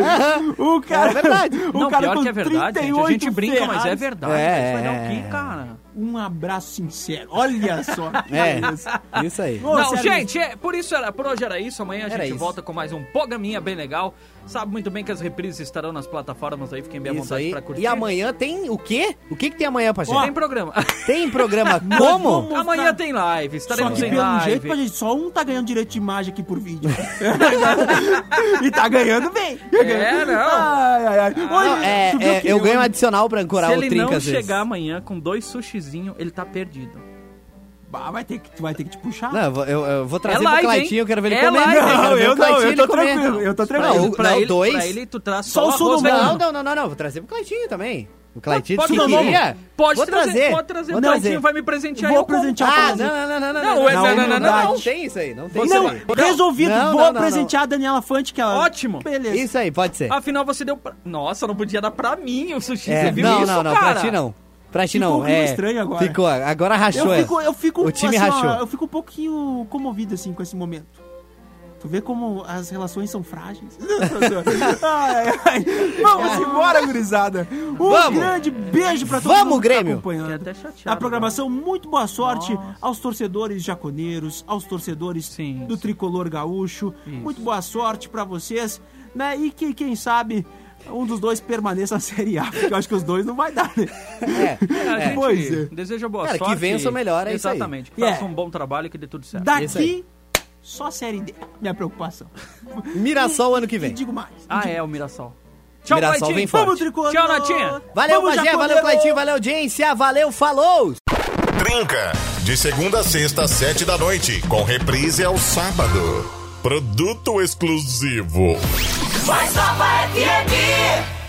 Speaker 4: o cara...
Speaker 5: É verdade.
Speaker 4: O
Speaker 3: não,
Speaker 4: cara
Speaker 3: pior
Speaker 4: com
Speaker 3: que é verdade, gente. A
Speaker 4: 38
Speaker 3: gente brinca, mas é
Speaker 4: Ferraris.
Speaker 3: verdade.
Speaker 5: É,
Speaker 3: Isso vai dar o
Speaker 5: é,
Speaker 3: quê,
Speaker 5: é.
Speaker 3: cara?
Speaker 4: Um abraço sincero. Olha só.
Speaker 5: É, isso aí.
Speaker 4: Ô,
Speaker 3: não,
Speaker 4: sério,
Speaker 3: gente, é, por isso era, por hoje era isso. Amanhã a
Speaker 5: Era
Speaker 3: gente
Speaker 5: isso.
Speaker 3: volta com mais um Pogaminha bem legal. Sabe muito bem que as reprises estarão nas plataformas aí, fiquem bem à
Speaker 5: Isso
Speaker 3: vontade
Speaker 5: aí.
Speaker 3: pra curtir.
Speaker 5: E amanhã tem o quê? O que, que tem amanhã, Pajé?
Speaker 3: tem programa.
Speaker 5: Tem programa
Speaker 4: vamos-
Speaker 5: como?
Speaker 3: amanhã tem live,
Speaker 4: Só
Speaker 3: estaremos
Speaker 4: que
Speaker 3: em
Speaker 4: pelo
Speaker 3: live.
Speaker 4: jeito, Pajazito, só um tá ganhando direito de imagem aqui por vídeo. e tá ganhando bem.
Speaker 3: É, não. Ah.
Speaker 4: Ai, ai, ai. Olha,
Speaker 5: Não, é,
Speaker 4: tu viu
Speaker 5: é,
Speaker 4: que
Speaker 5: eu ganho adicional pra ancorar
Speaker 3: Se
Speaker 5: o
Speaker 3: ele
Speaker 5: trinca
Speaker 3: não
Speaker 5: às vezes.
Speaker 3: chegar amanhã com dois sushizinhos, ele tá perdido.
Speaker 4: Bah, vai ter que, tu vai ter que te puxar.
Speaker 5: Não, eu, vou- eu- eu vou trazer
Speaker 3: É live,
Speaker 5: pro Claitinho,
Speaker 3: hein?
Speaker 5: eu quero ver ele
Speaker 3: É
Speaker 5: comer.
Speaker 3: live.
Speaker 5: Eu quero
Speaker 4: Não,
Speaker 5: ver
Speaker 4: eu
Speaker 5: o
Speaker 4: não,
Speaker 5: Claitinho
Speaker 4: eu tô
Speaker 5: ele comer.
Speaker 4: tranquilo, eu tô
Speaker 5: Não,
Speaker 4: tranquilo.
Speaker 5: o- não,
Speaker 3: ele,
Speaker 5: dois.
Speaker 3: pra ele, tu traz
Speaker 4: Só o
Speaker 3: só,
Speaker 4: sul
Speaker 3: arroz
Speaker 4: do mundo.
Speaker 3: vegano.
Speaker 5: Não, não, não, não, não, vou trazer pro Claitinho também. O Claitinho
Speaker 3: Pode
Speaker 5: disse que
Speaker 4: trazer.
Speaker 5: queria.
Speaker 3: Pode
Speaker 5: Vou
Speaker 3: trazer,
Speaker 5: trazer.
Speaker 3: pode trazer.
Speaker 5: Vou
Speaker 3: O
Speaker 5: trazer.
Speaker 3: Claitinho vai me presentear.
Speaker 4: Vou
Speaker 3: eu compro.
Speaker 4: presentear pra
Speaker 5: Ah,
Speaker 4: você.
Speaker 5: não, não, não, não, não,
Speaker 3: Não, é
Speaker 5: não,
Speaker 3: esse- não, não, não,
Speaker 5: não,
Speaker 3: não.
Speaker 5: não tem isso aí, não tem
Speaker 4: Não,
Speaker 5: isso aí.
Speaker 4: resolvido.
Speaker 5: Não,
Speaker 4: Vou
Speaker 5: não, não, não.
Speaker 4: presentear a Daniela Fante, que ela.
Speaker 3: Ótimo.
Speaker 4: Beleza.
Speaker 5: Isso aí, pode ser.
Speaker 3: Afinal, você deu pra... Nossa, não podia dar pra mim o sushi.
Speaker 5: É,
Speaker 3: você viu
Speaker 5: não,
Speaker 3: isso,
Speaker 5: não, não,
Speaker 3: cara?
Speaker 5: pra ti não. Pra ti
Speaker 4: Ficou um
Speaker 5: não,
Speaker 4: clima
Speaker 5: é.
Speaker 4: estranho agora.
Speaker 5: Ficou, agora rachou.
Speaker 4: Eu
Speaker 5: é.
Speaker 4: fico, eu fico.
Speaker 5: O time
Speaker 4: assim, ó,
Speaker 5: rachou.
Speaker 4: eu fico um pouquinho comovido, assim, com esse momento. Tu vê como as relações são frágeis. Ai, ai.
Speaker 3: É.
Speaker 4: Vamos embora, gurizada. Um
Speaker 5: Vamos.
Speaker 4: grande beijo pra todo
Speaker 5: Vamos,
Speaker 4: mundo que tá
Speaker 5: Grêmio.
Speaker 4: acompanhando.
Speaker 3: Fiquei até chateado
Speaker 4: A programação, muito boa sorte aos torcedores jaconeiros, aos torcedores
Speaker 3: Sim,
Speaker 4: do
Speaker 3: sim.
Speaker 4: tricolor gaúcho. Muito boa sorte pra vocês, né? E que, quem sabe, um dos dois permaneça na Série A, porque eu acho que os dois não vai dar, né?
Speaker 5: É.
Speaker 3: A gente
Speaker 4: Pois é.
Speaker 3: deseja boa
Speaker 5: Cara, que
Speaker 3: sorte.
Speaker 5: vença o melhor, é isso aí.
Speaker 3: Exatamente. Que
Speaker 4: Yeah.
Speaker 3: faça um bom trabalho e que dê tudo certo.
Speaker 5: Isso aí.
Speaker 4: Daqui, só Série D. Minha preocupação.
Speaker 5: Mirassol ano que
Speaker 4: E
Speaker 5: vem.
Speaker 4: digo mais.
Speaker 3: Ah, é, o Mirassol. Tchau,
Speaker 5: Mirassol
Speaker 3: Claitinho.
Speaker 5: vem
Speaker 4: Vamos,
Speaker 5: forte.
Speaker 4: tricolor!
Speaker 3: Tchau, Natinha.
Speaker 5: Valeu, Magé,
Speaker 4: Vamos,
Speaker 5: valeu,
Speaker 4: jaconeiro!
Speaker 5: Claitinho, valeu, audiência, valeu, falou!
Speaker 8: Trinca. De segunda a sexta, às sete da noite. Com reprise ao sábado. Produto exclusivo.
Speaker 7: Vai só pra FM!